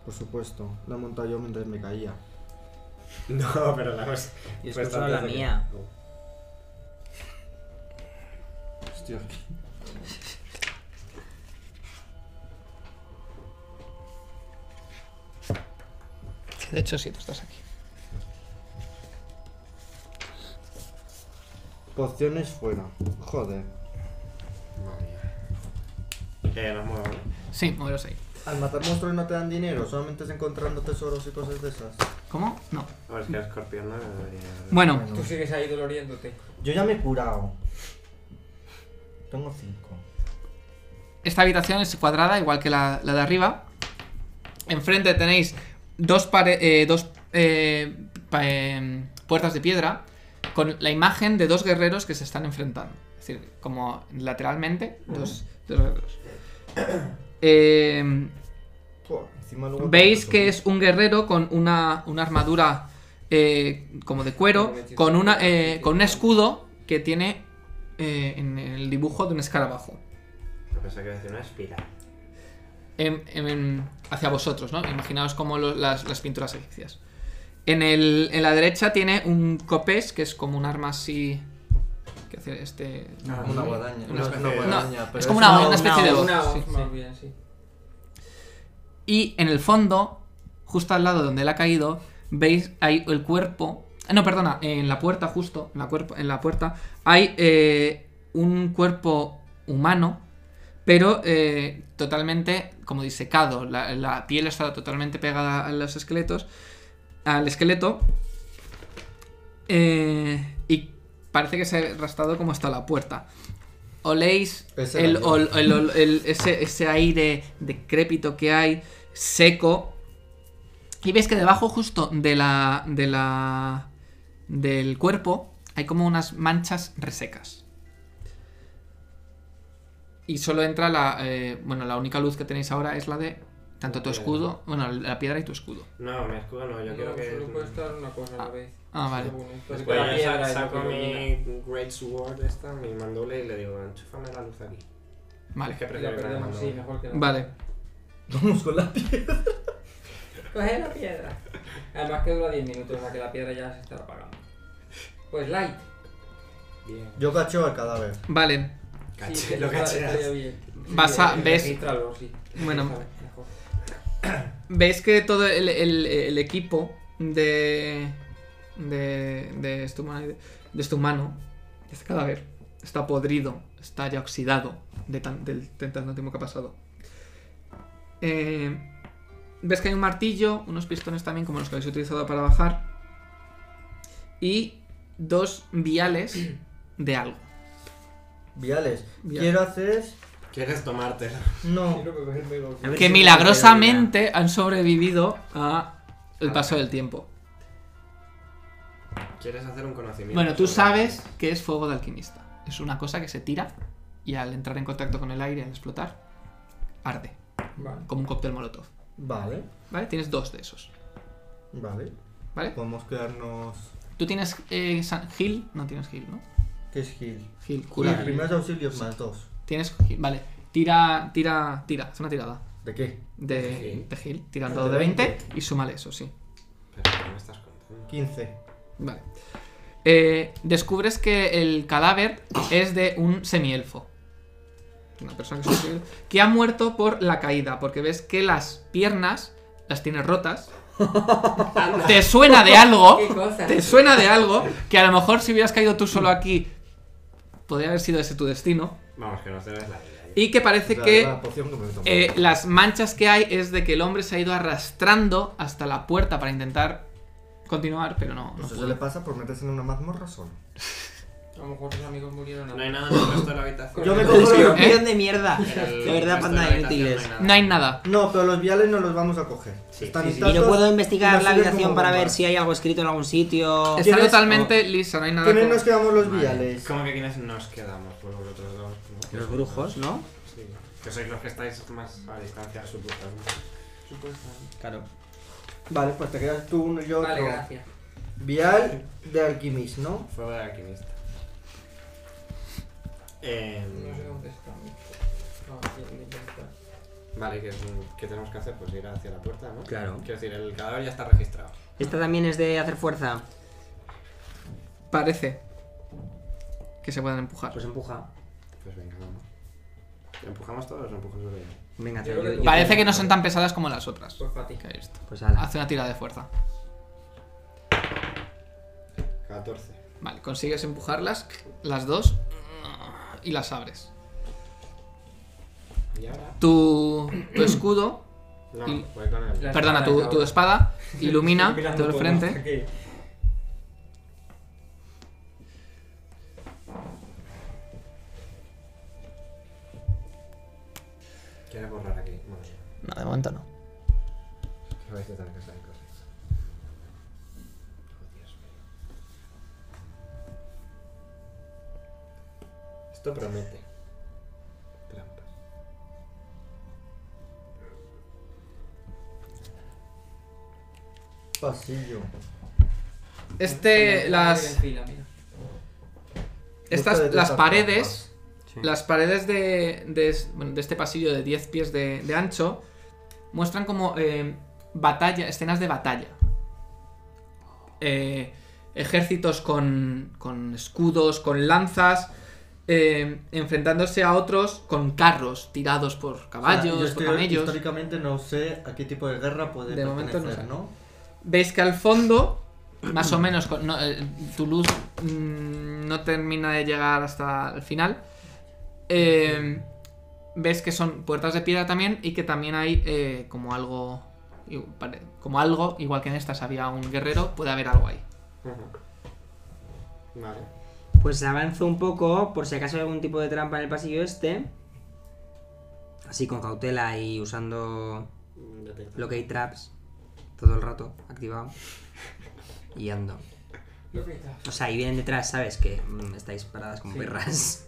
Speaker 4: Por supuesto. La he montado yo mientras me caía.
Speaker 2: No, pero la cosa.
Speaker 3: Yo
Speaker 2: pues
Speaker 3: escucho solo la
Speaker 2: antes de que-
Speaker 3: mía.
Speaker 2: Oh,
Speaker 4: Hostia.
Speaker 1: De hecho, sí, tú estás aquí.
Speaker 4: Pociones fuera. Joder.
Speaker 2: Madre mía. Que Eh, nos muevo, ¿no?
Speaker 1: Sí, moveros ahí.
Speaker 4: Al matar monstruos no te dan dinero, solamente es encontrando tesoros y cosas de esas.
Speaker 1: ¿Cómo? No.
Speaker 2: A ver, es que a escorpión no me debería.
Speaker 1: Bueno,
Speaker 4: Bueno,
Speaker 5: Tú sigues ahí doloriéndote.
Speaker 4: yo ya me he curado. Tengo cinco.
Speaker 1: esta habitación es cuadrada, igual que la, la de arriba. Enfrente tenéis dos, pare- eh, dos eh, pa- em, puertas de piedra con la imagen de dos guerreros que se están enfrentando. Es decir, como lateralmente, dos, dos guerreros. Em,
Speaker 4: Pua, encima luego
Speaker 1: Veis
Speaker 4: tengo
Speaker 1: que es un guerrero con una, una armadura eh, como de cuero, con, una, eh, con un escudo que tiene eh, en el dibujo de un escarabajo.
Speaker 2: Yo pensé que iba a decir una espiral.
Speaker 1: en- en- hacia vosotros, ¿no? Imaginaos como lo- las, las pinturas egipcias. En, el- en la derecha tiene un copés, que es como un arma así... que hace este...
Speaker 2: Ah,
Speaker 4: Como una guadaña.
Speaker 2: Una especie de-
Speaker 1: No, es como una,
Speaker 3: una-
Speaker 1: una especie de
Speaker 3: una-
Speaker 1: hoz,
Speaker 5: Una voz,
Speaker 1: sí, sí.
Speaker 5: más bien, sí.
Speaker 1: Y en el fondo, justo al lado donde él ha caído, veis ahí el cuerpo. ah, No, perdona, en la puerta, justo, en la, cuerpo, en la puerta, hay eh, un cuerpo humano, pero eh, totalmente como disecado. La, la piel está totalmente pegada a los esqueletos. Al esqueleto. Eh, y parece que se ha arrastrado como hasta la puerta. Oléis
Speaker 4: Ese era
Speaker 1: el,
Speaker 4: yo.
Speaker 1: ol- el ol- el- ese, ese aire decrépito que hay, seco. Y veis que debajo justo de la, de la del cuerpo hay como unas manchas resecas. Y solo entra la... eh, bueno, la única luz que tenéis ahora es la de tanto tu
Speaker 2: Piedra.
Speaker 1: escudo... Bueno, la piedra y tu escudo.
Speaker 2: No, mi escudo no, yo creo que.
Speaker 5: solo puede estar una cosa a la vez.
Speaker 1: Ah, vale.
Speaker 5: Según esto,
Speaker 2: Después
Speaker 5: si la
Speaker 2: yo
Speaker 5: piedra
Speaker 2: sa-
Speaker 5: es lo
Speaker 2: saco
Speaker 5: que ilumina.
Speaker 2: mi Great Sword esta, mi mandula y le digo, enchúfame la luz aquí.
Speaker 1: Vale.
Speaker 2: Es que
Speaker 5: Y la
Speaker 2: prefiero que me la
Speaker 5: perdemos, sí,
Speaker 2: mandula.
Speaker 5: mejor que no.
Speaker 1: Vale.
Speaker 4: Vamos con la piel.
Speaker 5: Coge la piedra. Además que dura 10 minutos, o sea que la piedra ya se estará apagando. Pues Light.
Speaker 2: Bien.
Speaker 4: Yo cacheo al cadáver.
Speaker 1: Vale.
Speaker 2: Caché,
Speaker 5: sí, que
Speaker 2: lo
Speaker 5: está-
Speaker 2: cacheas.
Speaker 5: estaría bien. Sí,
Speaker 1: Vas a-
Speaker 5: eh,
Speaker 1: ves-
Speaker 5: regístralo, sí.
Speaker 1: Bueno.
Speaker 5: Vale, mejor.
Speaker 1: Veis que todo el, el- el equipo de... De, de, este humano, de este humano, de este cadáver, está podrido, está ya oxidado de tan, del, de tanto tiempo que ha pasado. Eh, ves que hay un martillo, unos pistones también como los que habéis utilizado para bajar y dos viales de algo.
Speaker 4: Viales.
Speaker 1: Viales.
Speaker 4: Quiero hacer.
Speaker 2: ¿Quieres tomártela?
Speaker 4: No.
Speaker 5: Quiero que cogerme los-
Speaker 3: A ver
Speaker 1: que
Speaker 3: si me
Speaker 1: milagrosamente han sobrevivido a el paso del tiempo.
Speaker 2: ¿Quieres hacer un conocimiento?
Speaker 1: Bueno, tú
Speaker 2: sobre-
Speaker 1: sabes que es fuego de alquimista. Es una cosa que se tira y al entrar en contacto con el aire, al explotar, arde,
Speaker 5: Vale.
Speaker 1: como un cóctel molotov.
Speaker 4: Vale.
Speaker 1: ¿Vale? Tienes dos de esos.
Speaker 4: Vale.
Speaker 1: ¿Vale?
Speaker 4: Podemos quedarnos.
Speaker 1: Tú tienes eh, San Gil, no tienes Gil, ¿no?
Speaker 4: ¿Qué es Gil?
Speaker 1: Gil,
Speaker 4: Los
Speaker 1: curar.
Speaker 4: primeros auxilios más dos.
Speaker 1: Tienes Gil, vale. Tira, tira, tira, haz una tirada
Speaker 4: ¿De qué?
Speaker 1: de,
Speaker 2: De Gil.
Speaker 1: de Gil. Tira un
Speaker 4: Ah,
Speaker 1: dado
Speaker 4: de
Speaker 1: de 20
Speaker 4: 20.
Speaker 1: y súmale eso, sí.
Speaker 2: Pero ¿qué me estás contando?
Speaker 4: 15.
Speaker 1: Vale. Eh, descubres que el cadáver es de un semielfo. Una persona que, es un semielfo, que ha muerto por la caída, porque ves que las piernas las tiene rotas. Te suena de algo.
Speaker 5: ¿Qué cosa?
Speaker 1: Te suena de algo que a lo mejor si hubieras caído tú solo aquí, podría haber sido ese tu destino.
Speaker 2: Vamos, que no te ves la vida. ahí.
Speaker 1: Y que parece
Speaker 4: La-
Speaker 1: que
Speaker 4: La poción que me tomo.
Speaker 1: eh, las manchas que hay es de que el hombre se ha ido arrastrando hasta la puerta para intentar continuar, pero no. no
Speaker 4: Pues eso
Speaker 1: pudo.
Speaker 4: le pasa por meterse en una mazmorra solo.
Speaker 5: A lo mejor sus amigos murieron
Speaker 2: No hay
Speaker 5: antes.
Speaker 2: nada en el resto de la habitación.
Speaker 4: Yo me
Speaker 3: Es
Speaker 4: cojo
Speaker 3: un
Speaker 4: los...
Speaker 1: ¿Eh?
Speaker 3: guión de mierda.
Speaker 2: En el
Speaker 3: De verdad,
Speaker 2: resto
Speaker 3: panda
Speaker 2: la habitación
Speaker 3: inútiles.
Speaker 1: pues, No hay nada.
Speaker 4: No, pero los viales no los vamos a coger.
Speaker 2: Sí,
Speaker 4: Están
Speaker 2: sí, sí.
Speaker 3: Y
Speaker 4: intactos
Speaker 3: no puedo
Speaker 4: y
Speaker 3: investigar
Speaker 4: nos
Speaker 3: la
Speaker 4: sirven
Speaker 3: habitación
Speaker 4: como
Speaker 3: para
Speaker 4: bomba.
Speaker 3: ver si hay algo escrito en algún sitio.
Speaker 1: Está
Speaker 4: ¿Quieres-
Speaker 1: totalmente lisa, no hay nada.
Speaker 4: ¿Quiénes
Speaker 1: como-
Speaker 4: nos quedamos los
Speaker 2: Vale.
Speaker 4: viales?
Speaker 2: ¿Cómo que quiénes nos quedamos? Pues vosotros dos. ¿no?
Speaker 3: Los brujos, ¿no?
Speaker 2: Sí. Que sois los que estáis más a distancia, supuestamente.
Speaker 5: Supuestamente.
Speaker 3: Claro.
Speaker 4: Vale, pues te quedas tú, uno y yo.
Speaker 5: Vale,
Speaker 4: otro.
Speaker 5: gracias.
Speaker 4: Vial de alquimis, ¿no?
Speaker 2: Fuego de alquimista. Eh,
Speaker 5: No sé dónde está. No, aquí donde ya está.
Speaker 2: vale, ¿qué, es- qué tenemos que hacer? Pues ir hacia la puerta, ¿no?
Speaker 3: Claro.
Speaker 2: Quiero decir, el cadáver ya está registrado.
Speaker 3: Esta también es de hacer fuerza.
Speaker 1: Parece que se pueden empujar.
Speaker 3: Pues empuja.
Speaker 2: Pues venga, vamos. ¿Empujamos todos o empujamos solo yo?
Speaker 3: Venga,
Speaker 5: Yo
Speaker 3: tío,
Speaker 5: creo que-
Speaker 3: yo-
Speaker 1: Parece que no son tan pesadas como las otras.
Speaker 5: Pues para ti.
Speaker 1: Que esto.
Speaker 3: Pues ala.
Speaker 1: Hace una tira de fuerza.
Speaker 2: 14.
Speaker 1: Vale, consigues empujarlas, las dos, y las abres.
Speaker 2: ¿Y ahora?
Speaker 1: Tu, tu escudo,
Speaker 2: No,
Speaker 1: Y-
Speaker 2: voy con el.
Speaker 5: La-
Speaker 1: perdona, tu, tu espada ilumina todo el frente.
Speaker 2: Quiero borrar aquí. Bueno, ya.
Speaker 1: No, de momento no.
Speaker 2: Que vais a tener que salir corriendo. Oh, Dios mío. Esto promete. Trampas.
Speaker 4: Pasillo.
Speaker 1: Este, las, Este,
Speaker 5: Fila, mira.
Speaker 1: Estas,
Speaker 4: Busca detectar
Speaker 1: las paredes.
Speaker 4: trampas.
Speaker 2: Sí.
Speaker 1: Las paredes de, de es- bueno, de este pasillo de 10 pies de, de ancho muestran como eh, batalla, escenas de batalla. Eh, ejércitos con, con escudos, con lanzas, eh, enfrentándose a otros con carros tirados por caballos,
Speaker 4: O sea, yo
Speaker 1: por
Speaker 4: estoy-
Speaker 1: camellos.
Speaker 4: Históricamente no sé a qué tipo de guerra puede
Speaker 1: De momento
Speaker 4: pertenecer,
Speaker 1: no sé.
Speaker 4: ¿no?
Speaker 1: Veis que al fondo, más o menos, con- no, eh, tu luz mm, no termina de llegar hasta el final. Eh, ves que son puertas de piedra también y que también hay eh, como algo. igu- pare- Como algo, igual que en estas había un guerrero, puede haber algo ahí.
Speaker 2: Ujú. Vale.
Speaker 3: Pues avanzo un poco, por si acaso hay algún tipo de trampa en el pasillo este. Así con cautela y usando
Speaker 2: Detecta.
Speaker 3: lo que hay traps todo el rato activado. Y ando.
Speaker 5: Lo que está.
Speaker 3: O sea, y vienen detrás, ¿sabes? Que mm, estáis paradas como
Speaker 5: Sí.
Speaker 3: perras.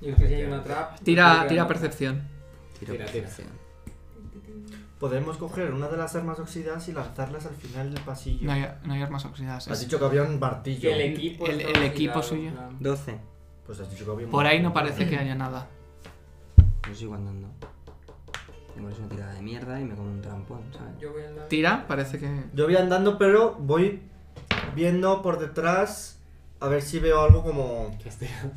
Speaker 5: Yo que si hay una trap.
Speaker 1: Tira, tira percepción.
Speaker 2: Tira, tira.
Speaker 3: percepción.
Speaker 4: Podemos coger una de las armas oxidadas y lanzarlas al final del pasillo.
Speaker 1: No hay, no hay armas oxidadas.
Speaker 4: Has
Speaker 1: es-
Speaker 4: dicho que había un martillo.
Speaker 5: Que el equipo.
Speaker 1: El-
Speaker 5: está
Speaker 1: el equipo
Speaker 5: vigilado,
Speaker 1: suyo.
Speaker 5: en plan.
Speaker 3: 12.
Speaker 4: Pues has dicho que había un
Speaker 1: Por ahí no
Speaker 4: martillo.
Speaker 1: parece que haya nada.
Speaker 3: Yo sigo andando. Tengo una tirada de mierda y me como un trampón, ¿sabes?
Speaker 5: Yo voy en la-
Speaker 1: Tira, parece que.
Speaker 4: Yo voy andando, pero voy viendo por detrás a ver si veo algo como.
Speaker 2: ¿Qué has tirado?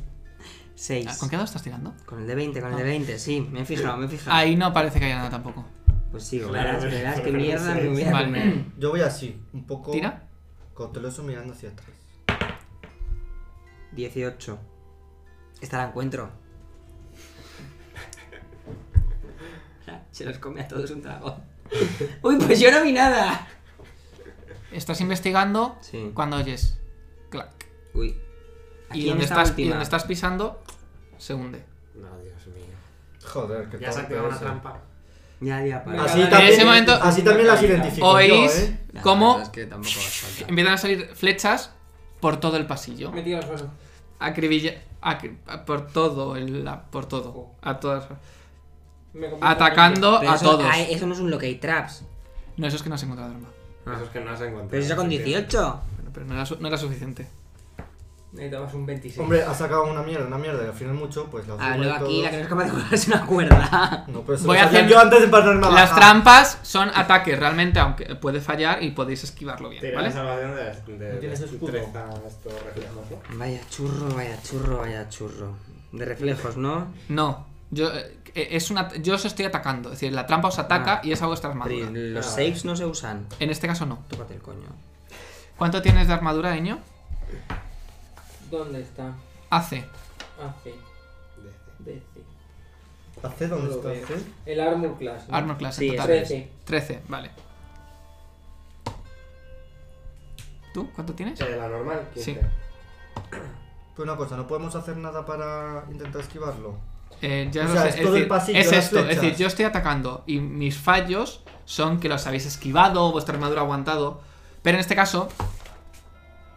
Speaker 3: 6.
Speaker 1: Ah, ¿Con qué dado estás tirando?
Speaker 3: Con el de 20, con el de 20, sí, me he fijado, me he fijado.
Speaker 1: Ahí no parece que haya nada tampoco.
Speaker 3: Pues sigo,
Speaker 2: Claro,
Speaker 3: verás, verás qué
Speaker 2: pero
Speaker 3: mierda me
Speaker 2: seis.
Speaker 3: voy a
Speaker 1: Vale.
Speaker 3: comer.
Speaker 4: Yo voy así, un poco.
Speaker 1: Tira.
Speaker 4: Cauteloso mirando hacia atrás.
Speaker 3: 18. Esta la encuentro. Se los come a todos un dragón. Uy, pues yo no vi nada.
Speaker 1: Estás investigando
Speaker 3: Sí.
Speaker 1: cuando oyes. Clac.
Speaker 3: Uy. Aquí
Speaker 1: y donde
Speaker 3: está la
Speaker 1: estás, y
Speaker 3: última.
Speaker 1: donde estás pisando se hunde.
Speaker 2: No, Dios mío.
Speaker 4: Joder, que
Speaker 2: Ya se
Speaker 4: torpe
Speaker 2: ha activado una
Speaker 4: ese.
Speaker 2: trampa.
Speaker 3: Ya, ya, para.
Speaker 4: Así
Speaker 5: En
Speaker 4: también,
Speaker 1: ese momento-
Speaker 4: así también las identifico.
Speaker 1: Oíis
Speaker 4: yo, ¿eh?
Speaker 3: Ya, la
Speaker 1: cómo
Speaker 3: verdad es que tampoco va a faltar.
Speaker 1: empiezan a salir flechas por todo el pasillo.
Speaker 5: Me tiro al suelo.
Speaker 1: Acribilla, acri- por todo el la- por todo, a todas.
Speaker 5: Me convierto en
Speaker 1: Atacando
Speaker 3: Pero
Speaker 1: a
Speaker 3: eso,
Speaker 1: todos.
Speaker 3: ay, eso no es un locate traps.
Speaker 1: No, eso es que no has encontrado arma.
Speaker 2: Eso es que no has encontrado.
Speaker 3: Pero eso con 18.
Speaker 1: Bueno, pero no era, su- no era suficiente.
Speaker 5: ninja. Necesitabas un 26.
Speaker 4: Hombre, ha sacado una mierda, una mierda y al final mucho, pues la
Speaker 3: Ah,
Speaker 4: sumo
Speaker 3: no,
Speaker 4: de
Speaker 3: aquí la
Speaker 4: todos.
Speaker 3: que no es capaz de jugar es una cuerda.
Speaker 4: No, pero eso
Speaker 1: Voy
Speaker 4: lo
Speaker 1: a
Speaker 4: sabía
Speaker 1: hacer-
Speaker 4: yo antes de pararme a
Speaker 1: Las
Speaker 4: bajar.
Speaker 1: trampas son ataques realmente, aunque puede fallar y podéis esquivarlo bien,
Speaker 2: Tira la
Speaker 1: ¿vale?
Speaker 2: salvación de, de,
Speaker 4: No tienes
Speaker 2: de
Speaker 4: escudo.
Speaker 2: destreza, esto, reflejos, ¿no?
Speaker 3: Vaya churro, vaya churro, vaya churro. De reflejos, ¿no?
Speaker 1: No, yo eh, es una yo os estoy atacando, es decir, la trampa os ataca
Speaker 3: Ah.
Speaker 1: y es a vuestra
Speaker 3: Pri-
Speaker 1: armadura.
Speaker 3: Los saves no se usan.
Speaker 1: En este caso no.
Speaker 3: Tócate el coño.
Speaker 1: ¿Cuánto tienes de armadura, Eño?
Speaker 5: ¿Dónde está?
Speaker 1: AC.
Speaker 5: Ah, sí.
Speaker 2: De-
Speaker 5: DC.
Speaker 4: ¿Hace dónde
Speaker 5: Lo
Speaker 4: está?
Speaker 5: veo.
Speaker 4: hace?
Speaker 5: El Armor Class. ¿no?
Speaker 1: Armor class
Speaker 3: Sí,
Speaker 1: en total.
Speaker 3: eso es.
Speaker 5: 13.
Speaker 1: 13, vale. ¿Tú cuánto tienes?
Speaker 2: Eh, la normal, 15.
Speaker 1: Sí.
Speaker 4: Pues una cosa, no podemos hacer nada para intentar esquivarlo.
Speaker 1: Eh, ya
Speaker 4: O
Speaker 1: lo
Speaker 4: sea,
Speaker 1: sé,
Speaker 4: es
Speaker 1: es,
Speaker 4: todo el
Speaker 1: decir,
Speaker 4: pasillo,
Speaker 1: es
Speaker 4: las
Speaker 1: esto, es decir,
Speaker 4: flechas.
Speaker 1: yo estoy atacando y mis fallos son que los habéis esquivado, vuestra armadura ha aguantado, pero en este caso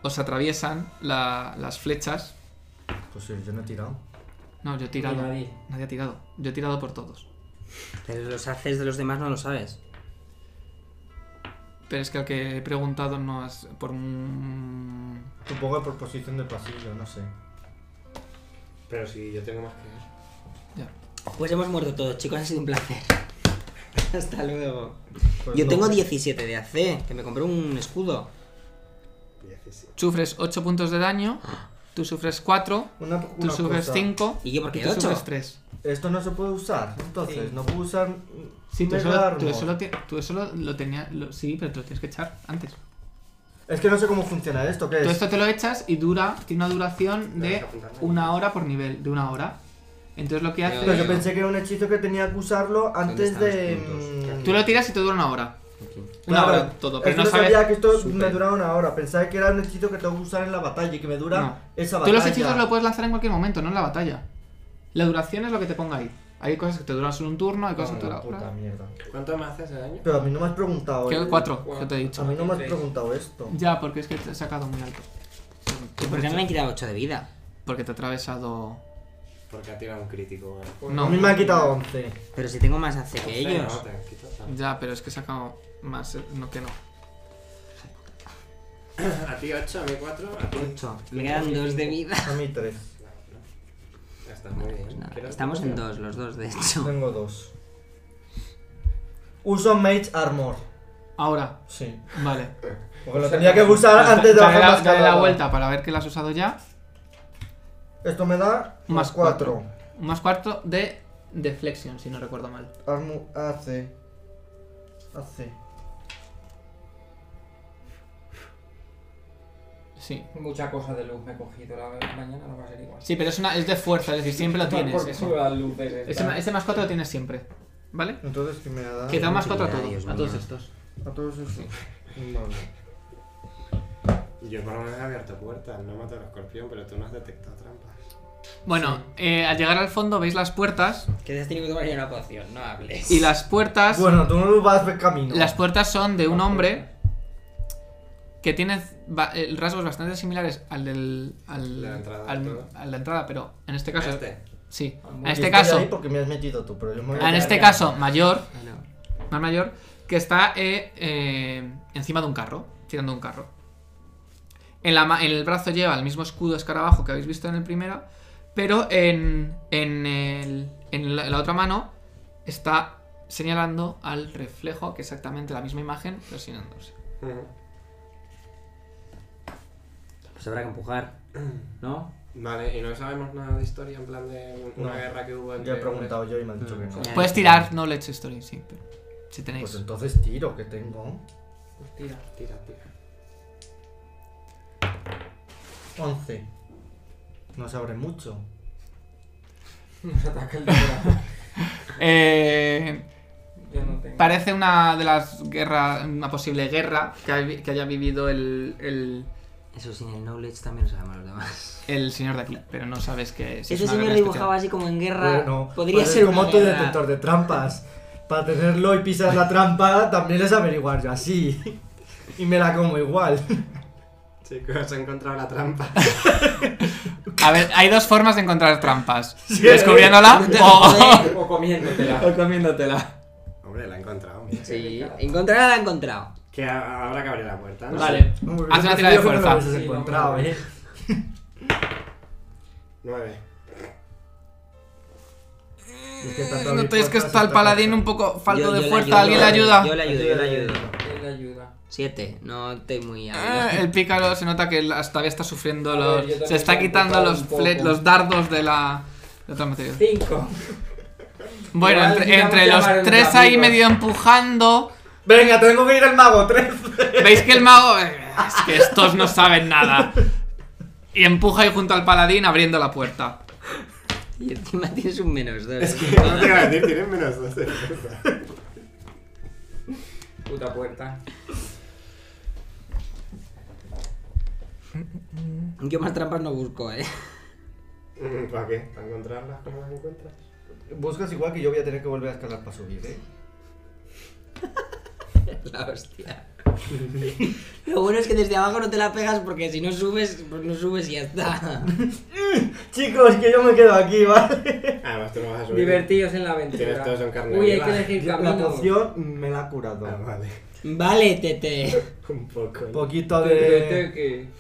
Speaker 1: os atraviesan la- las flechas.
Speaker 4: Pues sí, yo no he tirado.
Speaker 1: No, yo he
Speaker 5: Ni
Speaker 1: tirado. Nadie.
Speaker 5: Nadie.
Speaker 1: ha tirado. Yo he tirado por todos.
Speaker 3: Pero los haces de los demás no lo sabes.
Speaker 1: Pero es que al que he preguntado no es por un...
Speaker 4: Supongo que por posición del pasillo, no sé.
Speaker 2: Pero si yo tengo más que eso.
Speaker 1: ya.
Speaker 3: Pues hemos muerto todos, chicos, ha sido un placer. Hasta luego.
Speaker 4: Pues
Speaker 3: Yo
Speaker 4: no.
Speaker 3: tengo 17 de AC, que me compré un escudo.
Speaker 2: 17.
Speaker 1: Sufres 8 puntos de daño, tú sufres 4,
Speaker 4: Una,
Speaker 1: tú
Speaker 4: una
Speaker 1: sufres
Speaker 4: cosa.
Speaker 1: 5
Speaker 3: ¿Y yo por
Speaker 1: y
Speaker 3: qué
Speaker 1: tú
Speaker 3: 8?
Speaker 1: sufres 3.
Speaker 4: Esto no se puede usar, entonces
Speaker 5: Sí.
Speaker 4: no puedo usar.
Speaker 1: Sí, tú
Speaker 4: mega
Speaker 1: solo,
Speaker 4: armor.
Speaker 1: tú solo ti- tú solo lo tenías. lo- sí, pero te lo tienes que echar antes.
Speaker 4: Es que no sé cómo funciona esto, ¿qué
Speaker 1: Tú
Speaker 4: es?
Speaker 1: esto te lo echas y dura. Tiene una duración
Speaker 2: No,
Speaker 1: de
Speaker 2: está apuntando.
Speaker 1: una hora por nivel, de una hora. Entonces lo que
Speaker 3: Pero
Speaker 4: Pero
Speaker 1: hace.
Speaker 4: yo pensé que era un hechizo que tenía que usarlo antes
Speaker 3: están los
Speaker 4: de.
Speaker 3: puntos?
Speaker 4: mm,
Speaker 1: Tú lo tiras y te dura una hora. Una
Speaker 4: Claro,
Speaker 1: hora todo,
Speaker 4: es
Speaker 1: pero
Speaker 4: que
Speaker 1: no
Speaker 4: sabía
Speaker 1: sabes.
Speaker 4: que esto
Speaker 3: Súper.
Speaker 4: me duraba una hora. Pensaba que era un hechizo que tengo que usar en la batalla y que me dura
Speaker 1: No.
Speaker 4: esa
Speaker 1: Tú
Speaker 4: batalla.
Speaker 1: los hechizos lo puedes lanzar en cualquier momento, no en la batalla. La duración es lo que te ponga ahí. Hay cosas que te duran solo un turno, hay cosas que te duran
Speaker 4: Ah, puta
Speaker 1: hora.
Speaker 4: mierda.
Speaker 2: ¿Cuánto me haces de daño?
Speaker 4: Pero a mí no me has preguntado.
Speaker 1: Creo
Speaker 4: eh.
Speaker 1: que cuatro, que te he
Speaker 4: A
Speaker 1: dicho.
Speaker 4: mí no me has
Speaker 5: Tres.
Speaker 4: preguntado esto.
Speaker 1: Ya, porque es que te he sacado muy alto.
Speaker 3: ¿Y por qué me han quitado 8 de vida?
Speaker 1: Porque te ha atravesado.
Speaker 2: Porque ha tirado un crítico. bueno.
Speaker 5: Pues
Speaker 1: No.
Speaker 4: A mí me han quitado 11.
Speaker 3: Pero si tengo más AC que
Speaker 2: No,
Speaker 3: ellos.
Speaker 2: te han quitado.
Speaker 1: Ya, pero es que he sacado más. eh, No, que no.
Speaker 2: A ti 8, a mí 4, a ti
Speaker 4: 8.
Speaker 3: Me quedan dos de vida.
Speaker 4: A mí 3.
Speaker 2: Ya Está muy bien.
Speaker 3: Pues nada,
Speaker 2: Creo que-
Speaker 3: estamos en dos, los dos, de hecho.
Speaker 4: Tengo 2. Uso Mage Armor.
Speaker 1: Ahora,
Speaker 4: Sí.
Speaker 1: vale.
Speaker 4: Porque lo tenía que usar
Speaker 1: Da-
Speaker 4: antes de
Speaker 1: dale
Speaker 4: bajar
Speaker 1: la-
Speaker 4: más
Speaker 1: dale la
Speaker 4: calado.
Speaker 1: vuelta para ver que la has usado ya.
Speaker 4: Esto me da
Speaker 1: Más
Speaker 4: más
Speaker 1: cuatro.
Speaker 4: 4.
Speaker 1: Un Más cuarto de deflexión, si no recuerdo mal.
Speaker 4: Armor AC. AC.
Speaker 1: Sí.
Speaker 5: Mucha cosa de luz me he cogido, la mañana no va a ser igual.
Speaker 1: Sí, pero es, una, es de fuerza, es decir, siempre lo tienes.
Speaker 5: Porque
Speaker 1: eso.
Speaker 5: sube las luces estas.
Speaker 1: Ese, ma- ese más 4 lo tienes siempre. ¿Vale?
Speaker 4: Entonces, ¿qué Ah, me da?
Speaker 1: Que da más 4 a
Speaker 3: Dios
Speaker 1: todos,
Speaker 3: mío.
Speaker 1: a todos estos.
Speaker 4: A todos esos. Vale.
Speaker 2: Yo por lo menos he abierto puertas, no mato al escorpión, pero tú no has detectado trampas.
Speaker 1: Bueno, eh, al llegar al fondo veis las puertas.
Speaker 3: Que te has tenido que tomar ya una poción, no hables.
Speaker 1: Y las puertas.
Speaker 4: Bueno, tú no vas de camino.
Speaker 1: Las puertas son de un hombre que tiene ba- eh, rasgos bastante similares al del. Al,
Speaker 2: La entrada,
Speaker 1: al-
Speaker 2: todo.
Speaker 1: al de entrada, pero en este caso.
Speaker 2: Este.
Speaker 1: Sí.
Speaker 5: Al
Speaker 1: En
Speaker 5: monje.
Speaker 1: este
Speaker 4: Ah, Estoy
Speaker 1: caso.
Speaker 4: ahí porque me has metido tú, pero yo me voy
Speaker 1: En
Speaker 4: a-
Speaker 1: este
Speaker 5: Ariana.
Speaker 1: caso, mayor,
Speaker 3: Bueno,
Speaker 1: más mayor, que está eh, eh, encima de un carro, tirando un carro. En, la ma- en el brazo lleva el mismo escudo escarabajo que habéis visto en el primero, pero en, en, el- en la, en la otra mano está señalando al reflejo, que es exactamente la misma imagen, pero sin andarse.
Speaker 2: Ujú.
Speaker 3: Pues habrá que empujar, ¿no?
Speaker 2: Vale, y no sabemos nada de historia en plan de un- una
Speaker 4: No.
Speaker 2: guerra que hubo entre.
Speaker 4: Ya he preguntado yo y me han dicho que no.
Speaker 3: Ya.
Speaker 1: Puedes tirar Knowledge Story, sí, pero si
Speaker 4: Mm. Eh, Pues
Speaker 1: tenéis.
Speaker 4: entonces tiro que tengo.
Speaker 5: Pues tira.
Speaker 2: hombres. Tira, tira.
Speaker 4: 11. No se abre mucho.
Speaker 5: Nos ataca el de corazón.
Speaker 1: Eh,
Speaker 5: Yo no tengo.
Speaker 1: Parece una de las guerras, una posible guerra que, ha vi- que haya vivido el, el,
Speaker 3: Eso sin el knowledge también lo sabemos los demás.
Speaker 1: el señor de aquí, pero no sabes que si es una
Speaker 3: Eso sí me
Speaker 1: guerra
Speaker 3: lo dibujaba
Speaker 1: especial.
Speaker 3: así como en guerra.
Speaker 4: Bueno,
Speaker 3: Podría
Speaker 4: pues es
Speaker 3: ser
Speaker 4: como
Speaker 3: una
Speaker 4: tu
Speaker 3: guerra.
Speaker 4: detector de trampas. Para tenerlo y pisar la trampa, también es averiguar yo así. Y me la como igual.
Speaker 2: Chicos, he encontrado la trampa.
Speaker 1: A ver, hay dos formas de encontrar trampas.
Speaker 4: Sí.
Speaker 1: Descubriéndola Ah, o,
Speaker 5: O comiéndotela.
Speaker 1: o comiéndotela.
Speaker 2: Hombre, la he encontrado, mira.
Speaker 3: Sí, encontrará la ha encontrado.
Speaker 2: Que a- habrá que abrir la puerta,
Speaker 5: Pues
Speaker 2: ¿no?
Speaker 1: Vale, haz una tirada de fuerza.
Speaker 4: No
Speaker 5: Sí,
Speaker 4: encontrado,
Speaker 5: vamos a ver.
Speaker 4: eh.
Speaker 2: 9.
Speaker 4: Es que tanto abrir
Speaker 1: No es que
Speaker 4: puertas,
Speaker 1: está el
Speaker 4: tanta
Speaker 1: paladín
Speaker 4: cosa.
Speaker 1: un poco falto
Speaker 3: Yo- yo
Speaker 1: de
Speaker 3: le
Speaker 1: fuerza. ¿Alguien le
Speaker 3: ayudo,
Speaker 1: ayuda?
Speaker 3: Yo le ayudo, yo le ayudo.
Speaker 5: ¿Quién le ayuda?
Speaker 3: Siete, no estoy muy
Speaker 1: Ah,
Speaker 3: hábil.
Speaker 1: El pícaro se nota que él hasta todavía está sufriendo
Speaker 5: A ver, yo
Speaker 1: los.
Speaker 5: también
Speaker 1: Se está
Speaker 5: me he
Speaker 1: quitando
Speaker 5: empujado
Speaker 1: los,
Speaker 5: un poco.
Speaker 1: fle- los dardos de la. de otro material.
Speaker 5: Cinco.
Speaker 1: Bueno,
Speaker 5: Igual
Speaker 1: entre,
Speaker 5: digamos
Speaker 1: entre
Speaker 5: llamar
Speaker 1: los
Speaker 5: a los
Speaker 1: tres ahí
Speaker 5: amigos.
Speaker 1: medio empujando.
Speaker 4: Venga, tengo que ir al mago, 3.
Speaker 1: ¿Veis que el mago.? Eh, Es que estos no saben nada. Y empuja ahí junto al paladín abriendo la puerta.
Speaker 3: Y encima tienes un menos dos. ¿eh?
Speaker 2: Es que no te iba a decir, tienes menos 2 de fuerza.
Speaker 5: Puta puerta.
Speaker 3: Yo más trampas no busco, eh.
Speaker 2: Mm, ¿Para qué? ¿Para encontrarlas? ¿Cómo las encuentras?
Speaker 4: Buscas igual que yo voy a tener que volver a escalar para subir, eh.
Speaker 3: La hostia. Lo bueno es que desde abajo no te la pegas porque si no subes, pues no subes y ya está.
Speaker 4: Chicos, que yo me quedo aquí, ¿vale?
Speaker 2: Además, Ah, pues tú no vas a subir.
Speaker 5: Divertidos en la aventura.
Speaker 2: Tienes todos en carne
Speaker 5: Uy, hay
Speaker 2: viva.
Speaker 5: que elegir
Speaker 4: La
Speaker 5: caminos.
Speaker 4: poción me la ha curado.
Speaker 2: Ah, vale.
Speaker 3: Vale, tete.
Speaker 2: Un poco.
Speaker 4: Un
Speaker 2: ¿no?
Speaker 4: poquito
Speaker 5: Tete
Speaker 4: de.
Speaker 5: que-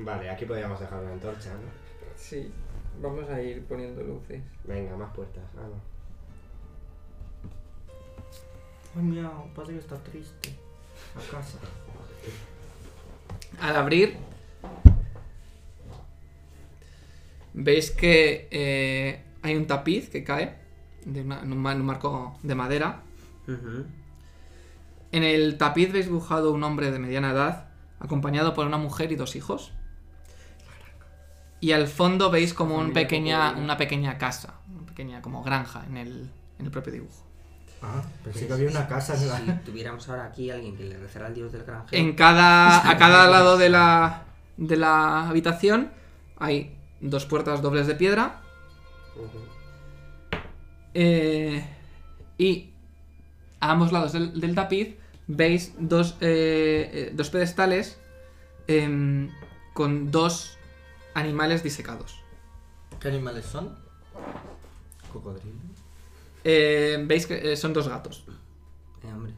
Speaker 2: Vale, aquí podríamos dejar una antorcha, ¿no?
Speaker 5: Sí. Vamos a ir poniendo luces.
Speaker 2: Venga, más puertas. Ah, no.
Speaker 4: Ay, mira, parece que está triste. A casa.
Speaker 1: Al abrir, veis que eh, hay un tapiz que cae de una- en, un, ma- en un marco de madera. En el tapiz veis dibujado un hombre de mediana edad, acompañado por una mujer y dos hijos. Y al fondo veis como un
Speaker 5: Familia
Speaker 1: pequeña,
Speaker 5: cocodrilo.
Speaker 1: una pequeña casa, una pequeña como granja en el, en el propio dibujo.
Speaker 4: Ah, pensé que había una casa en la.
Speaker 3: Si tuviéramos ahora aquí alguien que le rezara al dios del granjero.
Speaker 1: En cada, a cada lado de la, de la habitación hay dos puertas dobles de piedra.
Speaker 2: Ujú.
Speaker 1: eh, y a ambos lados del, del tapiz veis dos, eh, eh, dos pedestales em, con dos animales disecados.
Speaker 4: ¿Qué animales son? Cocodrilo.
Speaker 1: Eh, veis que eh, son dos gatos.
Speaker 3: Eh, hombre.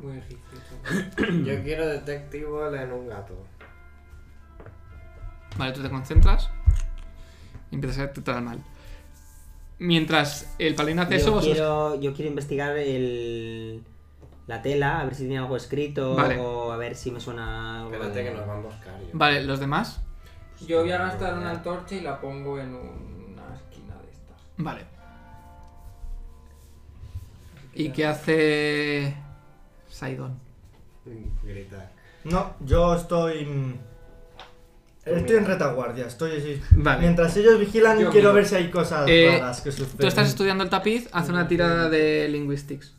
Speaker 5: Muy egipcio.
Speaker 2: Yo quiero detectivo en un gato.
Speaker 1: Ah, Vale, tú te concentras y empiezas a detectar el mal. Mientras el paladín hace eso,
Speaker 3: Yo
Speaker 1: vosotros-
Speaker 3: quiero, yo quiero investigar el, la tela, a ver si tiene algo escrito
Speaker 1: Vale.
Speaker 3: o a ver si me suena algo.
Speaker 2: Espérate
Speaker 3: de-
Speaker 2: que nos van a buscar. yo.
Speaker 1: Vale, los demás.
Speaker 5: Yo voy a gastar una antorcha y la pongo en una esquina de estas.
Speaker 1: Vale. ¿Y qué hace Saidon?
Speaker 2: Gritar.
Speaker 4: No, yo estoy. mm, Estoy en retaguardia, estoy así.
Speaker 1: Vale.
Speaker 4: Mientras ellos vigilan,
Speaker 5: Yo
Speaker 4: quiero
Speaker 5: miro.
Speaker 4: ver si hay cosas
Speaker 1: Eh,
Speaker 4: raras que suceden.
Speaker 1: Tú estás estudiando el tapiz, haz una tirada de linguistics.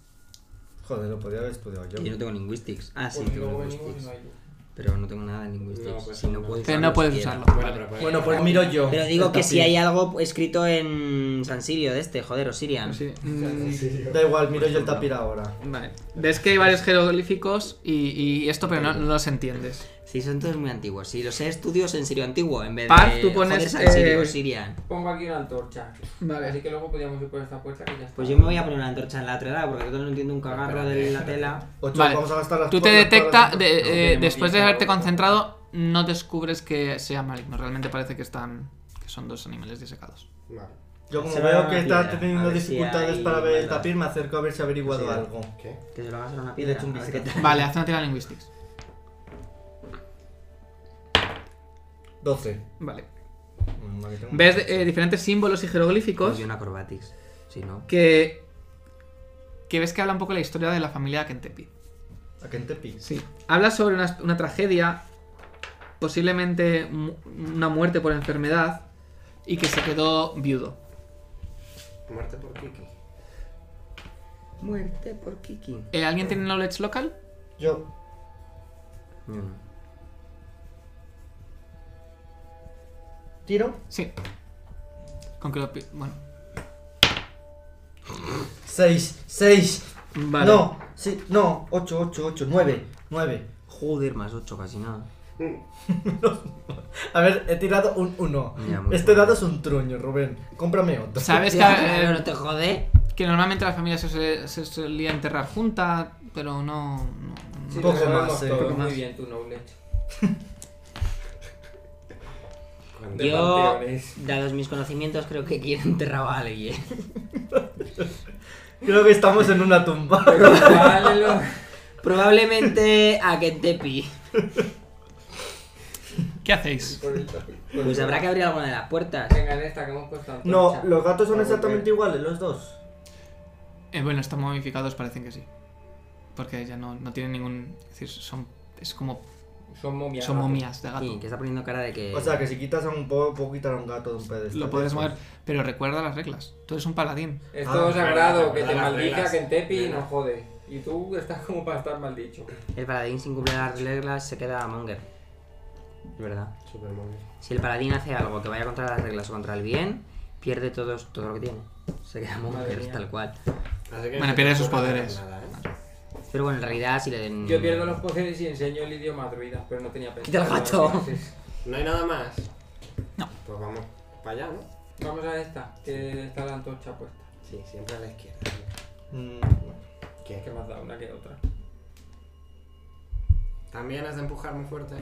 Speaker 4: Joder, lo podía haber estudiado yo.
Speaker 3: Yo no tengo linguistics. Ah, sí,
Speaker 5: Porque
Speaker 3: tengo
Speaker 5: luego venimos y
Speaker 3: linguistics.
Speaker 5: no hay luz.
Speaker 3: Pero no tengo nada de linguistics.
Speaker 2: No, pues
Speaker 3: si no
Speaker 2: no.
Speaker 3: puedes
Speaker 1: Pero no puedes usarlo.
Speaker 2: Bueno,
Speaker 1: Vale.
Speaker 2: pero pues-
Speaker 4: Bueno, pues miro yo.
Speaker 3: Pero digo
Speaker 4: el
Speaker 3: que si
Speaker 4: tapiz.
Speaker 3: hay algo escrito en San Sirio de este, joder, o Sirian.
Speaker 1: Sí. Mm,
Speaker 4: Da igual, miro yo el tapir ahora.
Speaker 1: Vale. Ves que hay varios jeroglíficos y, y esto, pero no, no los entiendes.
Speaker 3: Sí, son todos muy antiguos. Sí, los he estudios en Sirio antiguo en vez
Speaker 1: Paz,
Speaker 3: de
Speaker 1: tú pones,
Speaker 3: joder, San Sirio
Speaker 1: eh,
Speaker 3: o Sirian.
Speaker 5: Pongo aquí una antorcha.
Speaker 1: Vale.
Speaker 5: Así que luego podíamos ir por esta puerta que ya está.
Speaker 3: Pues yo me voy a poner una antorcha en la otra edad porque yo no entiendo un cagarro
Speaker 2: Espérate,
Speaker 3: de la
Speaker 2: espérate.
Speaker 3: tela.
Speaker 4: Ocho,
Speaker 1: Vale.
Speaker 4: vamos a gastar las
Speaker 1: Tú te
Speaker 4: todas-
Speaker 1: detecta,
Speaker 4: todas las-
Speaker 1: de-
Speaker 2: No,
Speaker 1: eh,
Speaker 2: tenemos
Speaker 1: después de
Speaker 2: diez
Speaker 1: haberte
Speaker 2: ahora.
Speaker 1: concentrado, no descubres que sea maligno. Realmente parece que están. que son dos animales disecados.
Speaker 2: Vale.
Speaker 4: Yo como
Speaker 3: Se va
Speaker 4: veo
Speaker 3: a
Speaker 4: que
Speaker 3: la
Speaker 4: está
Speaker 3: piedra,
Speaker 4: teniendo
Speaker 3: a ver si
Speaker 4: dificultades
Speaker 3: hay
Speaker 4: para ver el
Speaker 3: maldad.
Speaker 4: tapir, me acerco a ver si ha averiguado
Speaker 3: Sí.
Speaker 4: algo.
Speaker 2: ¿Qué?
Speaker 3: Que se lo hagas a una
Speaker 4: Y le
Speaker 3: piedra.
Speaker 4: echo un
Speaker 3: a ver qué
Speaker 4: vistazo.
Speaker 1: Vale, haz una tirada de linguistics.
Speaker 4: 12.
Speaker 1: Vale.
Speaker 4: Mm, vale, tengo-
Speaker 1: Ves eh, diferentes símbolos y
Speaker 3: tal.
Speaker 1: jeroglíficos
Speaker 3: Y Pues una acrobatics. Si no.
Speaker 1: que. que ves que habla un poco la historia de la familia Kentepi.
Speaker 4: ¿A quién te pis?
Speaker 1: Sí. Habla sobre una, una tragedia, posiblemente mu- una muerte por enfermedad, y que se quedó viudo.
Speaker 2: Muerte por Kiki.
Speaker 3: Muerte por Kiki.
Speaker 1: Eh, ¿Alguien tiene knowledge local?
Speaker 4: Yo.
Speaker 3: Yo no.
Speaker 4: Tiro.
Speaker 1: Sí. Con que lo pi- Bueno.
Speaker 4: 6, 6.
Speaker 1: Vale.
Speaker 4: No, sí, no, 8, 8, 8, 9, 9.
Speaker 3: Joder, más 8 casi nada.
Speaker 4: A ver, he tirado un 1.
Speaker 3: Ya, muy
Speaker 4: Este
Speaker 3: bueno.
Speaker 4: dado es un truño, Rubén. Cómprame otro.
Speaker 1: Sabes que,
Speaker 3: Claro,
Speaker 1: eh,
Speaker 3: no te jode.
Speaker 1: que normalmente la familia se, se- se solía enterrar junta, pero no. no- no-
Speaker 5: Sí,
Speaker 4: Un poco
Speaker 5: lo sabemos
Speaker 4: más, eh,
Speaker 5: todos.
Speaker 4: un poco
Speaker 1: más.
Speaker 5: Muy bien, tu knowledge.
Speaker 2: Cuando-
Speaker 5: De
Speaker 3: Yo,
Speaker 5: panteones.
Speaker 3: dados mis conocimientos, creo que quiero enterrar a alguien.
Speaker 4: Creo que estamos en una tumba.
Speaker 3: Pues
Speaker 5: Vale, lo-
Speaker 3: Probablemente a Kentepi.
Speaker 1: ¿Qué hacéis?
Speaker 5: por el tapete.
Speaker 3: Pues habrá que abrir alguna de las puertas.
Speaker 5: Venga, en esta que hemos puesto antorcha.
Speaker 4: No, los gatos son
Speaker 5: Para
Speaker 4: exactamente
Speaker 5: volver.
Speaker 4: iguales, los dos.
Speaker 1: Eh, bueno, están momificados, parecen que sí. Porque ya no, no tienen ningún. Es decir, son. Es como.
Speaker 5: Son momias.
Speaker 1: Son
Speaker 5: gato.
Speaker 1: momias de gato.
Speaker 3: Sí, Ah, que está poniendo cara de que.
Speaker 4: O sea, que si quitas a un poco, puedo quitar a un gato de un pedestal.
Speaker 1: Lo puedes mover, pero recuerda las reglas. Tú eres un paladín.
Speaker 5: Es
Speaker 4: Ah,
Speaker 5: todo
Speaker 4: vale,
Speaker 5: sagrado, que
Speaker 2: vale,
Speaker 5: te
Speaker 2: las
Speaker 5: maldiga
Speaker 2: reglas.
Speaker 5: que en Tepi y
Speaker 2: Venga.
Speaker 5: no jode. Y tú estás como para estar maldicho.
Speaker 3: El paladín sin cumplir las reglas se queda monger. Es verdad.
Speaker 2: Superman.
Speaker 3: Si el paladín hace algo que vaya contra las reglas o contra el bien, pierde todos, todo lo que tiene. Se queda
Speaker 5: Madre
Speaker 3: monger
Speaker 5: mía.
Speaker 3: tal cual.
Speaker 2: Así que
Speaker 1: Bueno,
Speaker 2: no
Speaker 1: pierde
Speaker 2: se
Speaker 1: sus
Speaker 2: te ocurra
Speaker 1: poderes.
Speaker 2: nada, ¿eh?
Speaker 3: Pero bueno, en realidad si le den.
Speaker 5: Yo pierdo los poderes y enseño el idioma druida, pero no tenía
Speaker 3: Quita
Speaker 5: pensado.
Speaker 3: el gato.
Speaker 5: las clases.
Speaker 2: No hay nada más.
Speaker 1: No.
Speaker 2: Pues vamos para allá, ¿no?
Speaker 5: Vamos a esta, que está la antorcha puesta.
Speaker 2: Sí, siempre a la izquierda.
Speaker 4: Mm,
Speaker 2: ¿Qué?
Speaker 5: Que me has dado una que otra.
Speaker 2: También has de empujar muy fuerte.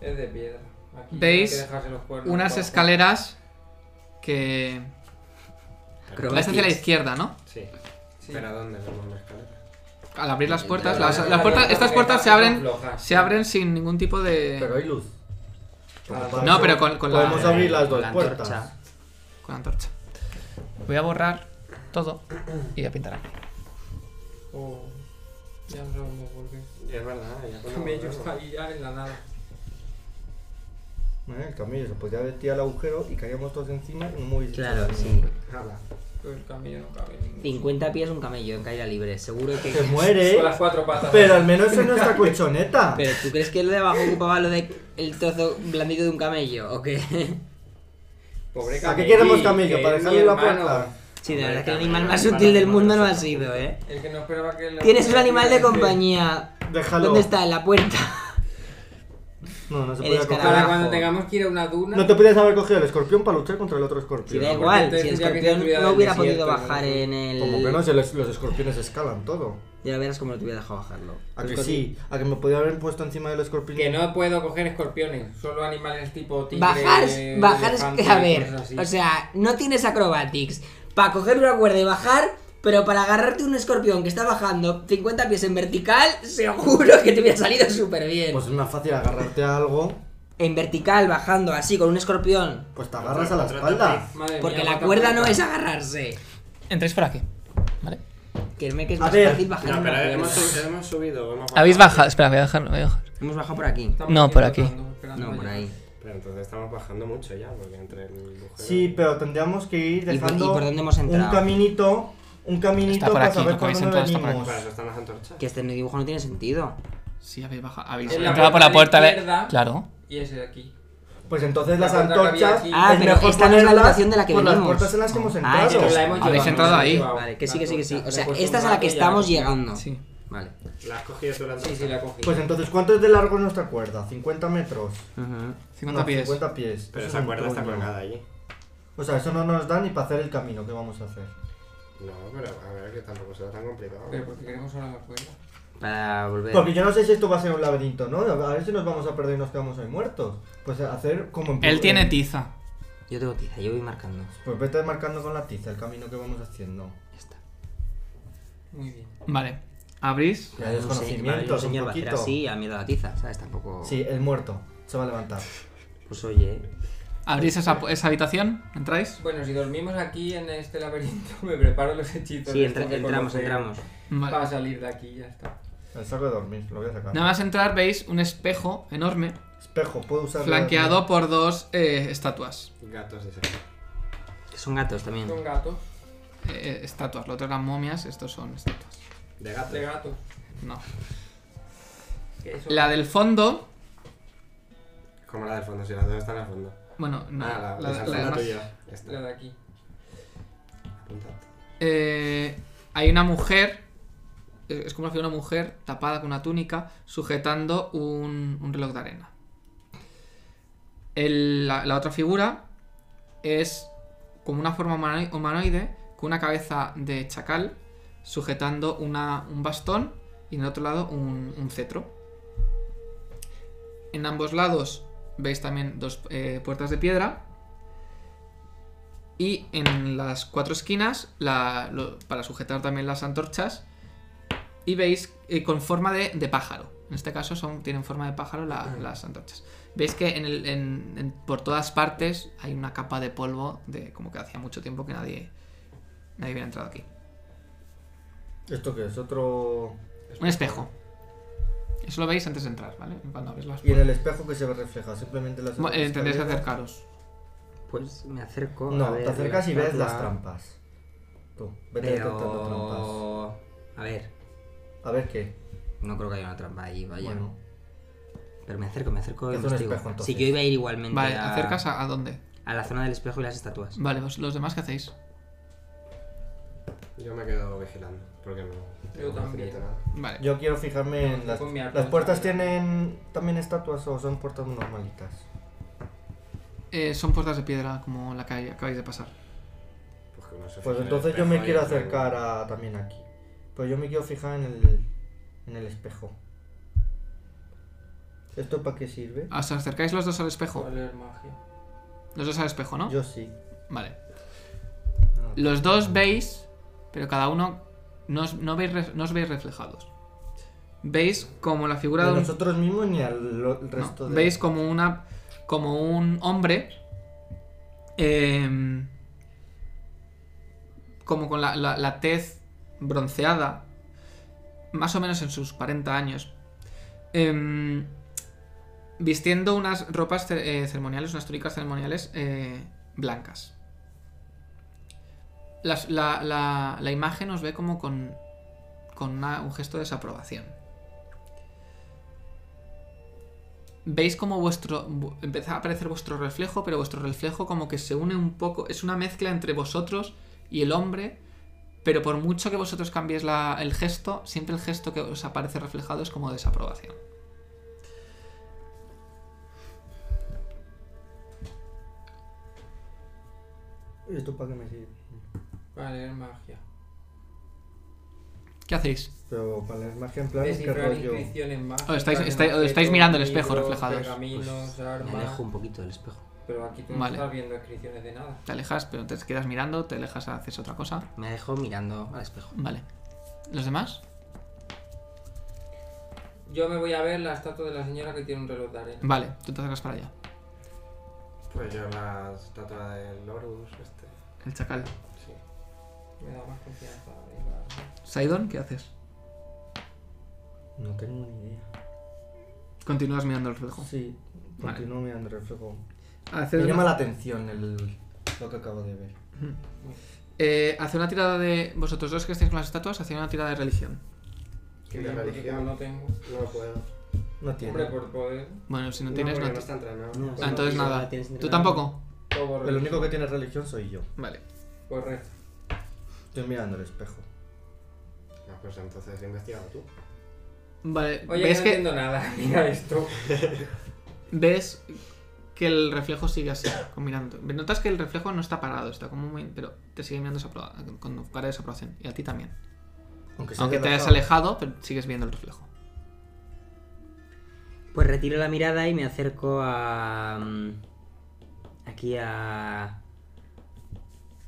Speaker 5: Es de piedra. Aquí
Speaker 1: ¿Veis?
Speaker 5: hay que dejarse los cuernos
Speaker 1: Unas
Speaker 5: para-
Speaker 1: escaleras que. Vais hacia la izquierda, ¿no?
Speaker 2: Sí.
Speaker 5: Sí.
Speaker 2: ¿Pero a dónde vamos la escalera?
Speaker 1: Al abrir las puertas.
Speaker 3: Las-
Speaker 1: las-
Speaker 5: Las
Speaker 1: las puertas-
Speaker 5: escaleras
Speaker 1: estas
Speaker 5: que
Speaker 1: puertas se
Speaker 5: son
Speaker 1: abren.
Speaker 5: flojas.
Speaker 1: Se abren sin ningún tipo de.
Speaker 4: Pero hay luz.
Speaker 5: Ah,
Speaker 1: No, pero con, con la-
Speaker 4: Podemos abrir las
Speaker 3: con
Speaker 4: dos
Speaker 3: la
Speaker 4: puertas.
Speaker 3: antorcha.
Speaker 1: con la antorcha. Voy a borrar todo y a pintar aquí.
Speaker 5: Oh, ya no sabemos por qué.
Speaker 2: Es verdad, ¿eh? ya cuando
Speaker 5: También yo
Speaker 2: volvemos.
Speaker 5: estaba ahí ya en la nada.
Speaker 4: Eh, el camino se podía haber tirado al agujero y caíamos todos encima y no me hubiese hecho
Speaker 3: Claro,
Speaker 4: daño.
Speaker 3: sí.
Speaker 2: Ala.
Speaker 5: Pero el camino no cabe ninguno.
Speaker 3: 50 pies un camello en caída libre. Seguro que.
Speaker 4: Se muere,
Speaker 5: Con las cuatro patas.
Speaker 4: pero al menos en nuestra colchoneta.
Speaker 3: Pero ¿tú crees que el de abajo ocupaba lo de el trozo blandito de un camello o qué?
Speaker 5: Pobre
Speaker 4: ¿A qué
Speaker 5: camello,
Speaker 4: queremos
Speaker 5: que
Speaker 4: camello? ¿Para
Speaker 5: es
Speaker 4: dejarle
Speaker 5: mi
Speaker 4: la
Speaker 5: hermano.
Speaker 4: puerta?
Speaker 3: Sí, de
Speaker 2: Hombre,
Speaker 3: verdad que el
Speaker 2: camello,
Speaker 3: animal más
Speaker 2: para
Speaker 3: útil del
Speaker 2: los
Speaker 3: mundo no ha
Speaker 2: humanos.
Speaker 3: sido, ¿eh?
Speaker 5: El que no esperaba que... la-
Speaker 3: Tienes un animal de compañía.
Speaker 4: Déjalo.
Speaker 3: ¿Dónde está? En la puerta.
Speaker 4: No, no se
Speaker 3: Eres
Speaker 4: podía coger.
Speaker 3: carajo.
Speaker 5: Para cuando tengamos que ir a una duna.
Speaker 4: No te podías haber cogido el escorpión para luchar contra el otro
Speaker 3: Si
Speaker 4: escorpión.
Speaker 3: da
Speaker 4: ¿no?
Speaker 3: igual,
Speaker 5: entonces
Speaker 3: si el
Speaker 5: tendría que
Speaker 3: escorpión
Speaker 5: cuidar
Speaker 3: no
Speaker 5: el
Speaker 3: hubiera
Speaker 5: desierto,
Speaker 3: podido
Speaker 5: ¿no?
Speaker 3: bajar en el.
Speaker 4: Como que no, si los, los escorpiones escalan todo.
Speaker 3: Ya verás cómo lo te hubiera dejado bajarlo.
Speaker 4: A
Speaker 3: Pues El
Speaker 4: que
Speaker 3: escorpión-
Speaker 4: sí, a que me podía haber puesto encima del escorpión.
Speaker 5: Que no puedo coger escorpiones, solo animales tipo tigre.
Speaker 3: Bajar, bajar es
Speaker 5: elefante,
Speaker 3: que, a ver,
Speaker 5: cosas así.
Speaker 3: o sea, no tienes acrobatics para coger una cuerda y bajar, pero para agarrarte un escorpión que está bajando 50 pies en vertical, seguro que te hubiera salido súper bien.
Speaker 4: Pues es más fácil agarrarte a algo,
Speaker 3: en vertical, bajando así con un escorpión,
Speaker 4: pues te agarras a la espalda.
Speaker 5: Madre mía,
Speaker 3: porque la
Speaker 5: cuánta
Speaker 3: cuerda no
Speaker 5: cuerda.
Speaker 3: es agarrarse.
Speaker 1: Entráis por aquí. Vale.
Speaker 3: Que me que es
Speaker 4: A
Speaker 3: más
Speaker 4: ver,
Speaker 3: fácil bajar.
Speaker 2: No,
Speaker 3: en
Speaker 2: pero
Speaker 3: una
Speaker 2: hemos,
Speaker 3: cuerda.
Speaker 2: subido, hemos subido. Hemos
Speaker 1: Habéis
Speaker 2: bajado.
Speaker 1: bajado. Espera, voy a dejarlo. Voy a dejar.
Speaker 3: Hemos bajado por aquí.
Speaker 5: Estamos
Speaker 1: No, por aquí.
Speaker 5: tratando, esperando
Speaker 3: No, por
Speaker 5: ya.
Speaker 3: ahí.
Speaker 2: Pero entonces estamos bajando mucho ya, porque entre el agujero-
Speaker 4: Sí, pero tendríamos que ir
Speaker 3: por-
Speaker 4: dejando
Speaker 3: y por dónde hemos entrado?
Speaker 4: un caminito, un caminito
Speaker 1: Está por
Speaker 4: para
Speaker 1: aquí,
Speaker 4: saber
Speaker 1: lo que
Speaker 4: por
Speaker 1: habéis
Speaker 4: dónde
Speaker 1: entrado está por
Speaker 4: venimos.
Speaker 2: Para eso están las antorchas.
Speaker 3: Que este dibujo no tiene sentido.
Speaker 1: Sí, habéis bajado. Habéis
Speaker 5: En la
Speaker 1: entrado por la puerta
Speaker 5: puerta de
Speaker 1: de.
Speaker 5: izquierda.
Speaker 1: Claro.
Speaker 5: Y ese de aquí.
Speaker 4: Pues entonces las
Speaker 5: La puerta que había
Speaker 4: antorchas.
Speaker 5: aquí.
Speaker 3: Ah,
Speaker 4: es
Speaker 3: pero
Speaker 4: mejor
Speaker 3: esta no es la
Speaker 4: ponerlas
Speaker 3: habitación de la que
Speaker 4: por las
Speaker 3: venimos.
Speaker 4: puertas en las que hemos
Speaker 3: Ah,
Speaker 4: entrado.
Speaker 3: esa es
Speaker 5: Pero la
Speaker 3: la-
Speaker 5: hemos
Speaker 1: Habéis
Speaker 5: llevado,
Speaker 1: entrado
Speaker 5: la hemos
Speaker 1: ahí.
Speaker 5: llevado,
Speaker 3: Vale, que
Speaker 5: la
Speaker 3: sí, que sí, que sí.
Speaker 5: antorcha.
Speaker 3: O sea,
Speaker 5: Le he puesto
Speaker 3: esta es
Speaker 5: un
Speaker 3: a la que
Speaker 5: rayo y
Speaker 3: estamos
Speaker 5: ya.
Speaker 3: llegando.
Speaker 1: Sí.
Speaker 3: Vale.
Speaker 2: ¿La has cogido tú la antorcha?
Speaker 5: Sí, sí, la cogí.
Speaker 4: Pues entonces, ¿cuánto es de largo nuestra cuerda? 50 metros.
Speaker 1: 50
Speaker 4: No,
Speaker 1: pies.
Speaker 4: 50 pies.
Speaker 2: Pero
Speaker 4: Eso
Speaker 2: esa
Speaker 4: es un
Speaker 2: cuerda está
Speaker 4: truño.
Speaker 2: colgada allí.
Speaker 4: O sea, eso no nos da ni para hacer el camino que vamos a hacer.
Speaker 2: No, pero a ver, que tampoco será tan complicado.
Speaker 5: Pero porque queremos ahora la cuerda.
Speaker 3: Para volver.
Speaker 4: Porque yo no sé si esto va a ser un laberinto, ¿no? A ver si nos vamos a perder y nos quedamos ahí muertos. Pues hacer como en
Speaker 1: Él tiene tiza.
Speaker 3: Yo tengo tiza, yo voy marcando.
Speaker 4: Pues vete marcando con la tiza el camino que vamos haciendo.
Speaker 3: Ya está.
Speaker 5: Muy bien.
Speaker 1: Vale. Abrís.
Speaker 4: Ya
Speaker 3: Un se- vale,
Speaker 4: desconocimiento,
Speaker 3: un señor va a hacer
Speaker 4: poquito.
Speaker 3: así a miedo a la tiza, ¿sabes? Tampoco.
Speaker 4: Sí, el muerto. Se va a levantar.
Speaker 3: Pues oye.
Speaker 1: Abrís esa, pu- esa habitación. Entráis.
Speaker 5: Bueno, si dormimos aquí en este laberinto, me preparo los hechizos.
Speaker 3: Sí,
Speaker 5: de estos
Speaker 3: entra-
Speaker 5: de
Speaker 3: entramos,
Speaker 5: conocer
Speaker 3: entramos.
Speaker 1: Vale.
Speaker 5: Para salir de aquí, y ya está.
Speaker 4: El saco de dormir, lo voy a sacar.
Speaker 1: Nada más entrar veis un espejo enorme
Speaker 4: Espejo, puedo usar.
Speaker 1: flanqueado por dos eh, estatuas.
Speaker 2: Gatos de ese.
Speaker 3: Que son gatos también.
Speaker 5: Son gatos,
Speaker 1: Eh, eh, estatuas, lo otro eran momias, estos son estatuas.
Speaker 2: De gatos.
Speaker 5: de gatos.
Speaker 1: No.
Speaker 5: que eso-
Speaker 1: La del fondo,
Speaker 2: Como la del fondo, si las dos están al fondo.
Speaker 1: bueno, no,
Speaker 2: ah, la,
Speaker 1: la- la
Speaker 2: esa es la,
Speaker 1: demás-
Speaker 2: tuya. Esta.
Speaker 5: La de aquí.
Speaker 2: Apuntad.
Speaker 1: Eh, hay una mujer, eh, es como si fuera una mujer tapada con una túnica, sujetando un, un reloj de arena. El- la, la otra figura es como una forma humano- humanoide, con una cabeza de chacal, sujetando una- un bastón y en el otro lado un, un cetro. En ambos lados veis también dos eh, puertas de piedra. Y en las cuatro esquinas, la- lo- para sujetar también las antorchas, y veis eh, con forma de, de pájaro. En este caso son, tienen forma de pájaro la- las antorchas. Veis que en el- en- en- por todas partes hay una capa de polvo de como que hacía mucho tiempo que nadie, nadie hubiera entrado aquí.
Speaker 4: ¿Esto qué es? Otro.
Speaker 1: Un espejo. Eso lo veis antes de entrar, ¿vale? Cuando abrís las
Speaker 4: Y en el espejo que se ve refleja, simplemente las.
Speaker 1: Bueno, eh, tendréis que
Speaker 4: escaleras.
Speaker 1: acercaros.
Speaker 3: Pues me acerco. a
Speaker 4: No,
Speaker 3: ver
Speaker 4: te acercas y ves las
Speaker 3: estatua,
Speaker 4: trampas. Tú, vete detectando trampas.
Speaker 3: Pero. A ver,
Speaker 4: A ver qué.
Speaker 3: no creo que haya una trampa ahí, vaya.
Speaker 4: Bueno,
Speaker 3: Pero me acerco, me acerco. y
Speaker 4: Es un
Speaker 3: investigo.
Speaker 4: espejo, entonces.
Speaker 3: Sí, yo iba a ir igualmente
Speaker 1: Vale,
Speaker 3: a,
Speaker 1: ¿acercas a, a dónde?
Speaker 3: a la zona del espejo y las estatuas.
Speaker 1: Vale, vos- los demás, ¿qué hacéis?
Speaker 2: Yo me quedo vigilando, porque no. tengo
Speaker 5: también.
Speaker 2: conocimiento de nada.
Speaker 1: Vale.
Speaker 4: yo quiero fijarme
Speaker 5: No,
Speaker 4: en las.
Speaker 5: con mi arco
Speaker 4: ¿Las
Speaker 5: de
Speaker 4: puertas
Speaker 5: escalera.
Speaker 4: tienen también estatuas o son puertas normalitas?
Speaker 1: Eh, son puertas de piedra como la que hay- acabáis de pasar.
Speaker 2: Pues, que no se
Speaker 4: Pues
Speaker 2: fije en el
Speaker 4: entonces yo me
Speaker 2: espejo y
Speaker 4: quiero
Speaker 2: otro-
Speaker 4: acercar a, también aquí. Pues yo me quiero fijar en el, en el espejo. ¿Esto para qué sirve?
Speaker 1: Os acercáis los dos al espejo.
Speaker 5: Por leer magia.
Speaker 1: Los dos al espejo, ¿no?
Speaker 4: Yo sí.
Speaker 1: Vale.
Speaker 4: Ah,
Speaker 1: Los dos veis, pero cada uno no os, no veis, ref- no os veis reflejados. Veis como la
Speaker 4: ni
Speaker 1: figura
Speaker 4: a
Speaker 1: de un...
Speaker 4: nosotros mismos ni al lo- el
Speaker 1: no,
Speaker 4: resto de...
Speaker 1: veis como una... como un hombre... em, como con la, la- la tez bronceada, más o menos en sus 40 años, em, vistiendo unas ropas cer- eh, ceremoniales, unas túnicas ceremoniales eh, blancas. Las- la, la- la imagen os ve como con, con una- un gesto de desaprobación. Veis como vuestro. vu- empieza a aparecer vuestro reflejo, pero vuestro reflejo como que se une un poco. Es una mezcla entre vosotros y el hombre. Pero por mucho que vosotros cambiéis la- el gesto, siempre el gesto que os aparece reflejado es como desaprobación.
Speaker 4: ¿Esto para qué me sirve?
Speaker 5: Para leer magia.
Speaker 1: ¿Qué hacéis?
Speaker 4: Pero para leer magia en plan, ¿qué
Speaker 5: Descifrar
Speaker 4: rollo?
Speaker 5: inscripciones mágicas.
Speaker 1: O estáis-
Speaker 5: en
Speaker 1: estáis- o estáis
Speaker 5: objetos,
Speaker 1: mirando el espejo
Speaker 5: libros,
Speaker 1: reflejados.
Speaker 3: Pues,
Speaker 5: Pergaminos,
Speaker 2: Me
Speaker 5: armas.
Speaker 2: alejo un poquito del espejo.
Speaker 5: Pero aquí tú no
Speaker 1: Vale.
Speaker 5: estás viendo inscripciones de nada.
Speaker 1: Te alejas, pero te quedas mirando, te alejas, haces otra cosa.
Speaker 2: Me alejo mirando al espejo.
Speaker 1: Vale. ¿Los demás?
Speaker 5: Yo me voy a ver la estatua de la señora que tiene un reloj de arena.
Speaker 1: Vale, tú te acercas para allá.
Speaker 2: Pues yo la estatua del Horus, este.
Speaker 1: El chacal.
Speaker 2: Sí.
Speaker 5: Me da más confianza. venga.
Speaker 1: Saidon, ¿qué haces?
Speaker 4: No tengo ni idea.
Speaker 1: Continúas mirando el reflejo.
Speaker 4: Sí,
Speaker 1: Vale.
Speaker 4: continúo mirando el reflejo.
Speaker 1: Haces
Speaker 4: Me
Speaker 1: una-
Speaker 4: llama la atención el, lo que acabo de ver.
Speaker 1: Eh, hace una tirada de. Vosotros dos que estáis con las estatuas, hace una tirada de religión.
Speaker 5: Que
Speaker 2: De
Speaker 5: bien, porque
Speaker 2: religión.
Speaker 5: como no tengo.
Speaker 2: No puedo.
Speaker 4: No tiene.
Speaker 5: Hombre, por poder.
Speaker 1: Bueno, si no tienes.
Speaker 2: porque
Speaker 1: No
Speaker 2: no
Speaker 1: ti-
Speaker 2: está entrenado.
Speaker 4: No,
Speaker 1: Ah, entonces
Speaker 3: No,
Speaker 1: nada.
Speaker 3: tienes
Speaker 1: ¿Tú
Speaker 3: entrenado.
Speaker 1: tampoco?
Speaker 5: Todo
Speaker 4: El único que tiene religión soy yo.
Speaker 1: Vale.
Speaker 5: Correcto.
Speaker 4: Estoy mirando el espejo.
Speaker 2: No, pues entonces he investigado tú.
Speaker 1: Vale.
Speaker 5: Oye,
Speaker 1: ves
Speaker 5: no
Speaker 1: que.
Speaker 5: entiendo nada. Mira esto.
Speaker 1: Ves que el reflejo sigue así, como mirando. Notas que el reflejo no está parado, está como muy. Pero te sigue mirando desapro- con cara de desaprobación. Y a ti también.
Speaker 4: Aunque, se
Speaker 1: Aunque
Speaker 4: haya
Speaker 1: te hayas
Speaker 4: alejado.
Speaker 1: alejado, pero sigues viendo el reflejo.
Speaker 3: Pues retiro la mirada y me acerco a. mm, Aquí a.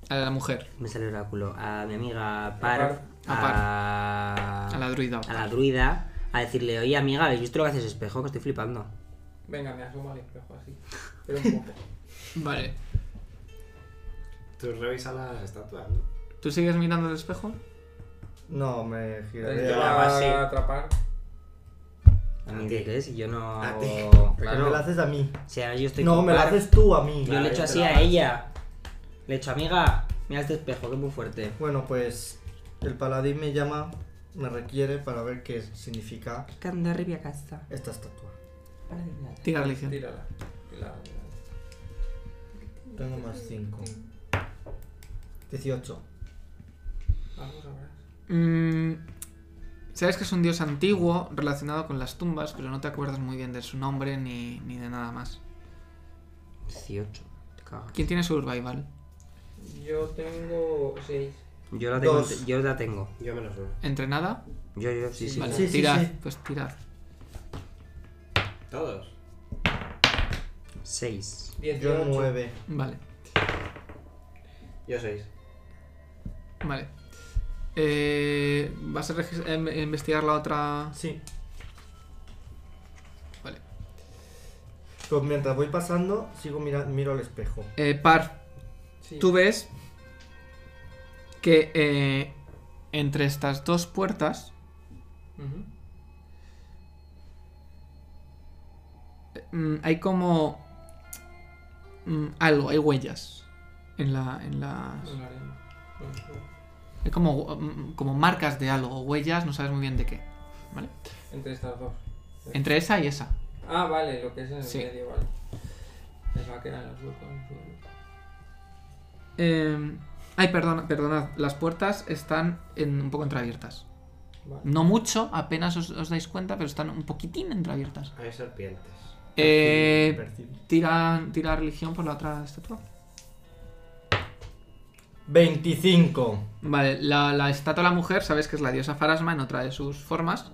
Speaker 1: A la mujer,
Speaker 3: Me sale el oráculo. A mi amiga
Speaker 5: Parv.
Speaker 3: Parv.
Speaker 1: A
Speaker 3: A.
Speaker 1: a la druida.
Speaker 3: a la druida. A decirle, oye amiga, ¿habéis visto lo que hace ese espejo? Que estoy flipando.
Speaker 5: Venga, me asomo al espejo así. Pero un poco.
Speaker 1: Vale.
Speaker 2: Tú revisas las estatuas, ¿no?
Speaker 1: ¿Tú sigues mirando el espejo?
Speaker 4: No, me
Speaker 5: Entonces
Speaker 4: giraré.
Speaker 5: yo
Speaker 4: a-
Speaker 5: la
Speaker 2: hago
Speaker 5: voy
Speaker 2: así.
Speaker 5: a atrapar.
Speaker 3: A
Speaker 2: A
Speaker 3: mí
Speaker 2: ti.
Speaker 3: de qué es, y yo no
Speaker 2: A ti.
Speaker 3: hago.
Speaker 4: Pero Ah, me la haces a mí.
Speaker 3: O sea, yo estoy.
Speaker 4: No,
Speaker 3: con
Speaker 4: me la
Speaker 3: Parv.
Speaker 4: haces tú a mí.
Speaker 3: Yo le echo
Speaker 2: yo te
Speaker 3: así
Speaker 2: la
Speaker 3: a
Speaker 2: hago.
Speaker 3: ella. Le echo, amiga, mira este espejo, que es muy fuerte.
Speaker 4: Bueno, pues el paladín me llama, me requiere para ver qué significa
Speaker 3: Que anda arriba a casa.
Speaker 4: esta estatua.
Speaker 1: Tira religión.
Speaker 5: Tírala. Tírala.
Speaker 4: Tengo más 5. 18.
Speaker 5: Vamos a ver.
Speaker 1: Mm, Sabes que es un dios antiguo relacionado con las tumbas, pero no te acuerdas muy bien de su nombre ni, ni de nada más.
Speaker 3: 18. Te cago.
Speaker 1: ¿Quién tiene survival?
Speaker 5: Yo tengo 6.
Speaker 3: Yo la tengo.
Speaker 4: Dos.
Speaker 3: Yo la tengo.
Speaker 2: Yo menos uno.
Speaker 1: ¿Entrenada?
Speaker 3: Yo, yo, sí, sí.
Speaker 1: Vale,
Speaker 4: Sí, sí,
Speaker 1: tirad,
Speaker 4: sí.
Speaker 1: pues tirad.
Speaker 2: ¿Todos?
Speaker 3: 6.
Speaker 5: 18.
Speaker 4: Yo 9.
Speaker 1: Vale,
Speaker 2: Yo seis.
Speaker 1: vale. Eh, ¿Vas a regis- em- investigar la otra?
Speaker 4: Sí.
Speaker 1: Vale.
Speaker 4: Pues mientras voy pasando, sigo mira- miro al espejo.
Speaker 1: Eh, Par,
Speaker 5: Sí.
Speaker 1: Tú ves que eh, entre estas dos puertas
Speaker 5: Ujú.
Speaker 1: mm, hay como mm, algo, hay huellas en la, en las-
Speaker 5: En la arena.
Speaker 1: hay como mm, como marcas de algo, huellas, no sabes muy bien de qué, ¿vale?
Speaker 5: Entre estas dos.
Speaker 1: Entre esa y esa.
Speaker 5: Ah, vale, lo que es en el
Speaker 1: Sí.
Speaker 5: medio, vale. Pensaba que eran los dos con el suelo.
Speaker 1: Eh, ay, perdona, perdonad, las puertas están en- un poco entreabiertas.
Speaker 5: Vale.
Speaker 1: No mucho, apenas os, os dais cuenta, pero están un poquitín entreabiertas.
Speaker 2: Hay serpientes.
Speaker 1: Eh,
Speaker 4: Percibo.
Speaker 1: tira, tira religión por la otra estatua.
Speaker 4: 25.
Speaker 1: Vale, la, la estatua de la mujer, sabes que es la diosa Farasma en otra de sus formas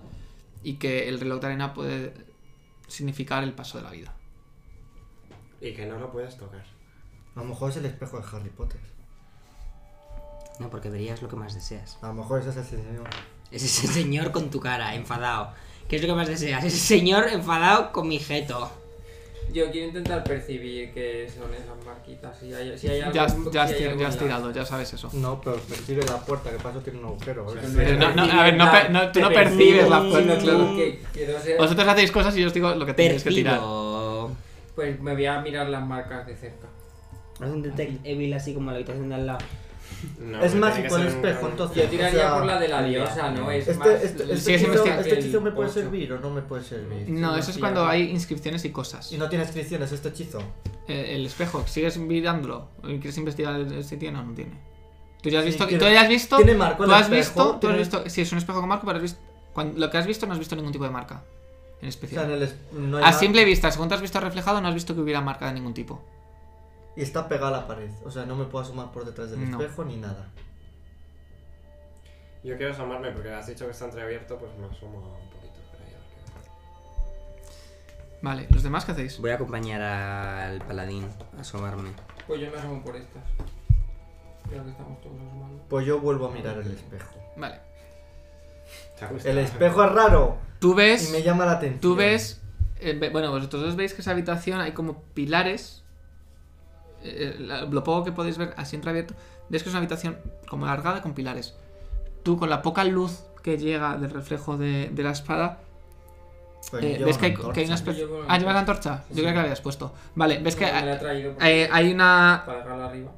Speaker 1: y que el reloj de arena puede significar el paso de la vida.
Speaker 2: Y que no lo puedes tocar.
Speaker 4: A lo mejor es el espejo de Harry Potter.
Speaker 3: No, porque verías lo que más deseas.
Speaker 4: A lo mejor ese es el señor.
Speaker 3: Es ese señor con tu cara, enfadado. ¿Qué es lo que más deseas? Ese señor enfadado con mi jeto.
Speaker 5: Yo quiero intentar percibir qué son esas marquitas. Si hay, si hay
Speaker 1: Ya,
Speaker 5: algo,
Speaker 1: has-
Speaker 5: si
Speaker 1: ya has
Speaker 5: hay
Speaker 1: tir-
Speaker 5: algo
Speaker 1: ya
Speaker 5: en
Speaker 1: has
Speaker 5: la-
Speaker 1: tirado, ya sabes eso.
Speaker 4: No, pero percibe la puerta, que paso tiene un agujero.
Speaker 2: Sí,
Speaker 4: ¿eh?
Speaker 2: sí.
Speaker 1: Pero no- no, a ver, no,
Speaker 5: Percibes
Speaker 1: per-
Speaker 5: la-
Speaker 1: no- tú no
Speaker 3: te
Speaker 1: percibes la
Speaker 3: percibo,
Speaker 1: fuerza,
Speaker 3: no,
Speaker 1: claro.
Speaker 5: Que quiero ser-
Speaker 1: Vosotros hacéis cosas y yo os digo lo que tenéis que tirar.
Speaker 3: Percibo.
Speaker 5: Pues me voy a mirar las marcas de cerca.
Speaker 3: Haz un detect evil así como en la habitación de al lado.
Speaker 2: No,
Speaker 4: Es mágico
Speaker 2: pero
Speaker 4: el
Speaker 2: tiene que ser un-
Speaker 4: espejo,
Speaker 2: un-
Speaker 4: entonces.
Speaker 5: Yo tiraría
Speaker 4: o sea,
Speaker 5: por la de la
Speaker 3: mira,
Speaker 5: diosa, ¿no? Es
Speaker 4: Este,
Speaker 5: más.
Speaker 4: este, este
Speaker 1: Sí, es
Speaker 4: hechizo,
Speaker 1: investigar
Speaker 4: este
Speaker 5: que el
Speaker 4: hechizo me puede
Speaker 5: ocho.
Speaker 4: servir o no me puede servir.
Speaker 1: No, eso es
Speaker 5: sí,
Speaker 1: cuando
Speaker 5: ya.
Speaker 1: hay inscripciones y cosas.
Speaker 4: Y no tiene inscripciones este hechizo.
Speaker 1: Eh, el espejo, ¿sigues mirándolo? ¿Quieres investigar el- si tiene o no tiene? Tú ya has
Speaker 4: Sí,
Speaker 1: visto.
Speaker 4: tiene-
Speaker 1: tú ya has visto.
Speaker 4: tiene marco el
Speaker 1: tú has
Speaker 4: espejo,
Speaker 1: visto. Tú has
Speaker 4: tiene-
Speaker 1: visto. Sí, es un espejo con marco, pero has visto. cuando- lo que has visto no has visto ningún tipo de marca. En
Speaker 4: O sea,
Speaker 1: especial.
Speaker 4: en el es- no hay
Speaker 1: A
Speaker 4: nada.
Speaker 1: simple vista, según te has visto reflejado, no has visto que hubiera marca de ningún tipo.
Speaker 4: y está pegada a la pared. O sea, no me puedo asomar por detrás del
Speaker 1: No.
Speaker 4: espejo ni nada.
Speaker 2: Yo quiero asomarme porque has dicho que está entreabierto, pues me asomo un poquito. por ahí, a ver qué pasa.
Speaker 1: Vale, ¿los demás qué hacéis?
Speaker 6: Voy a acompañar al paladín a asomarme.
Speaker 5: Pues yo me asomo por estas. Creo que estamos todos asomando.
Speaker 4: Pues yo vuelvo a mirar el espejo.
Speaker 1: Vale.
Speaker 2: ¿Te ha gustado?
Speaker 4: El espejo es raro
Speaker 1: Tú
Speaker 4: y
Speaker 1: ves.
Speaker 4: me llama la atención.
Speaker 1: Tú ves. eh, ve- bueno, vosotros dos veis que esa habitación hay como pilares. eh, la- lo poco que podéis ver así entreabierto. Ves que es una habitación como alargada con pilares. Tú, con la poca luz que llega del reflejo de, de la espada,
Speaker 4: Pero yo
Speaker 1: eh,
Speaker 4: llevo
Speaker 1: ves que hay,
Speaker 4: Pues una
Speaker 1: que hay una
Speaker 4: antorcha.
Speaker 1: especie.
Speaker 5: Yo llevo la
Speaker 1: Ah, llevas la antorcha. Yo
Speaker 5: Sí.
Speaker 1: creo que la habías puesto. Vale, ves que
Speaker 5: No, me la
Speaker 1: hay,
Speaker 5: he traído porque-
Speaker 1: hay- hay una,
Speaker 5: para dejarla arriba.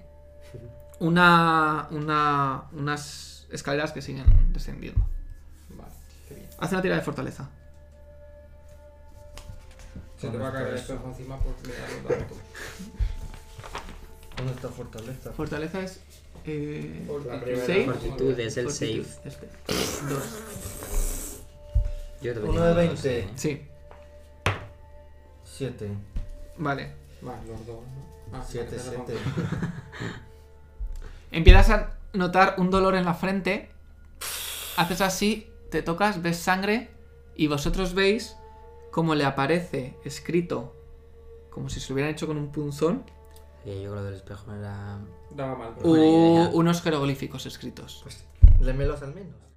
Speaker 1: una, una- unas escaleras que siguen descendiendo.
Speaker 5: Vale, qué bien.
Speaker 1: Haz una tira de fortaleza.
Speaker 5: Se te
Speaker 4: ¿Dónde
Speaker 5: va a caer el
Speaker 4: está eso?
Speaker 5: espejo encima por mirar los datos.
Speaker 4: ¿Dónde está fortaleza?
Speaker 1: Fortaleza es. eh,
Speaker 2: La
Speaker 5: Porque
Speaker 2: primera
Speaker 1: ¿Seis?
Speaker 6: Fortitud es el
Speaker 1: fortitud.
Speaker 6: safe.
Speaker 1: Este.
Speaker 6: Yo te
Speaker 4: Uno de 20.
Speaker 3: eh.
Speaker 1: Sí,
Speaker 4: 7.
Speaker 1: vale.
Speaker 5: Más los dos, ¿no? Ah,
Speaker 4: 7,
Speaker 5: vale, te lo
Speaker 4: 7.
Speaker 5: pongo.
Speaker 1: Empiezas a notar un dolor en la frente. Haces así, te tocas, ves sangre. Y vosotros veis cómo le aparece escrito, como si se lo hubieran hecho con un punzón,
Speaker 6: Sí, yo creo que lo del espejo no era.
Speaker 5: Daba mal.
Speaker 6: Buena
Speaker 1: u-
Speaker 6: idea.
Speaker 1: unos jeroglíficos escritos.
Speaker 4: Pues, Lémelos al menos.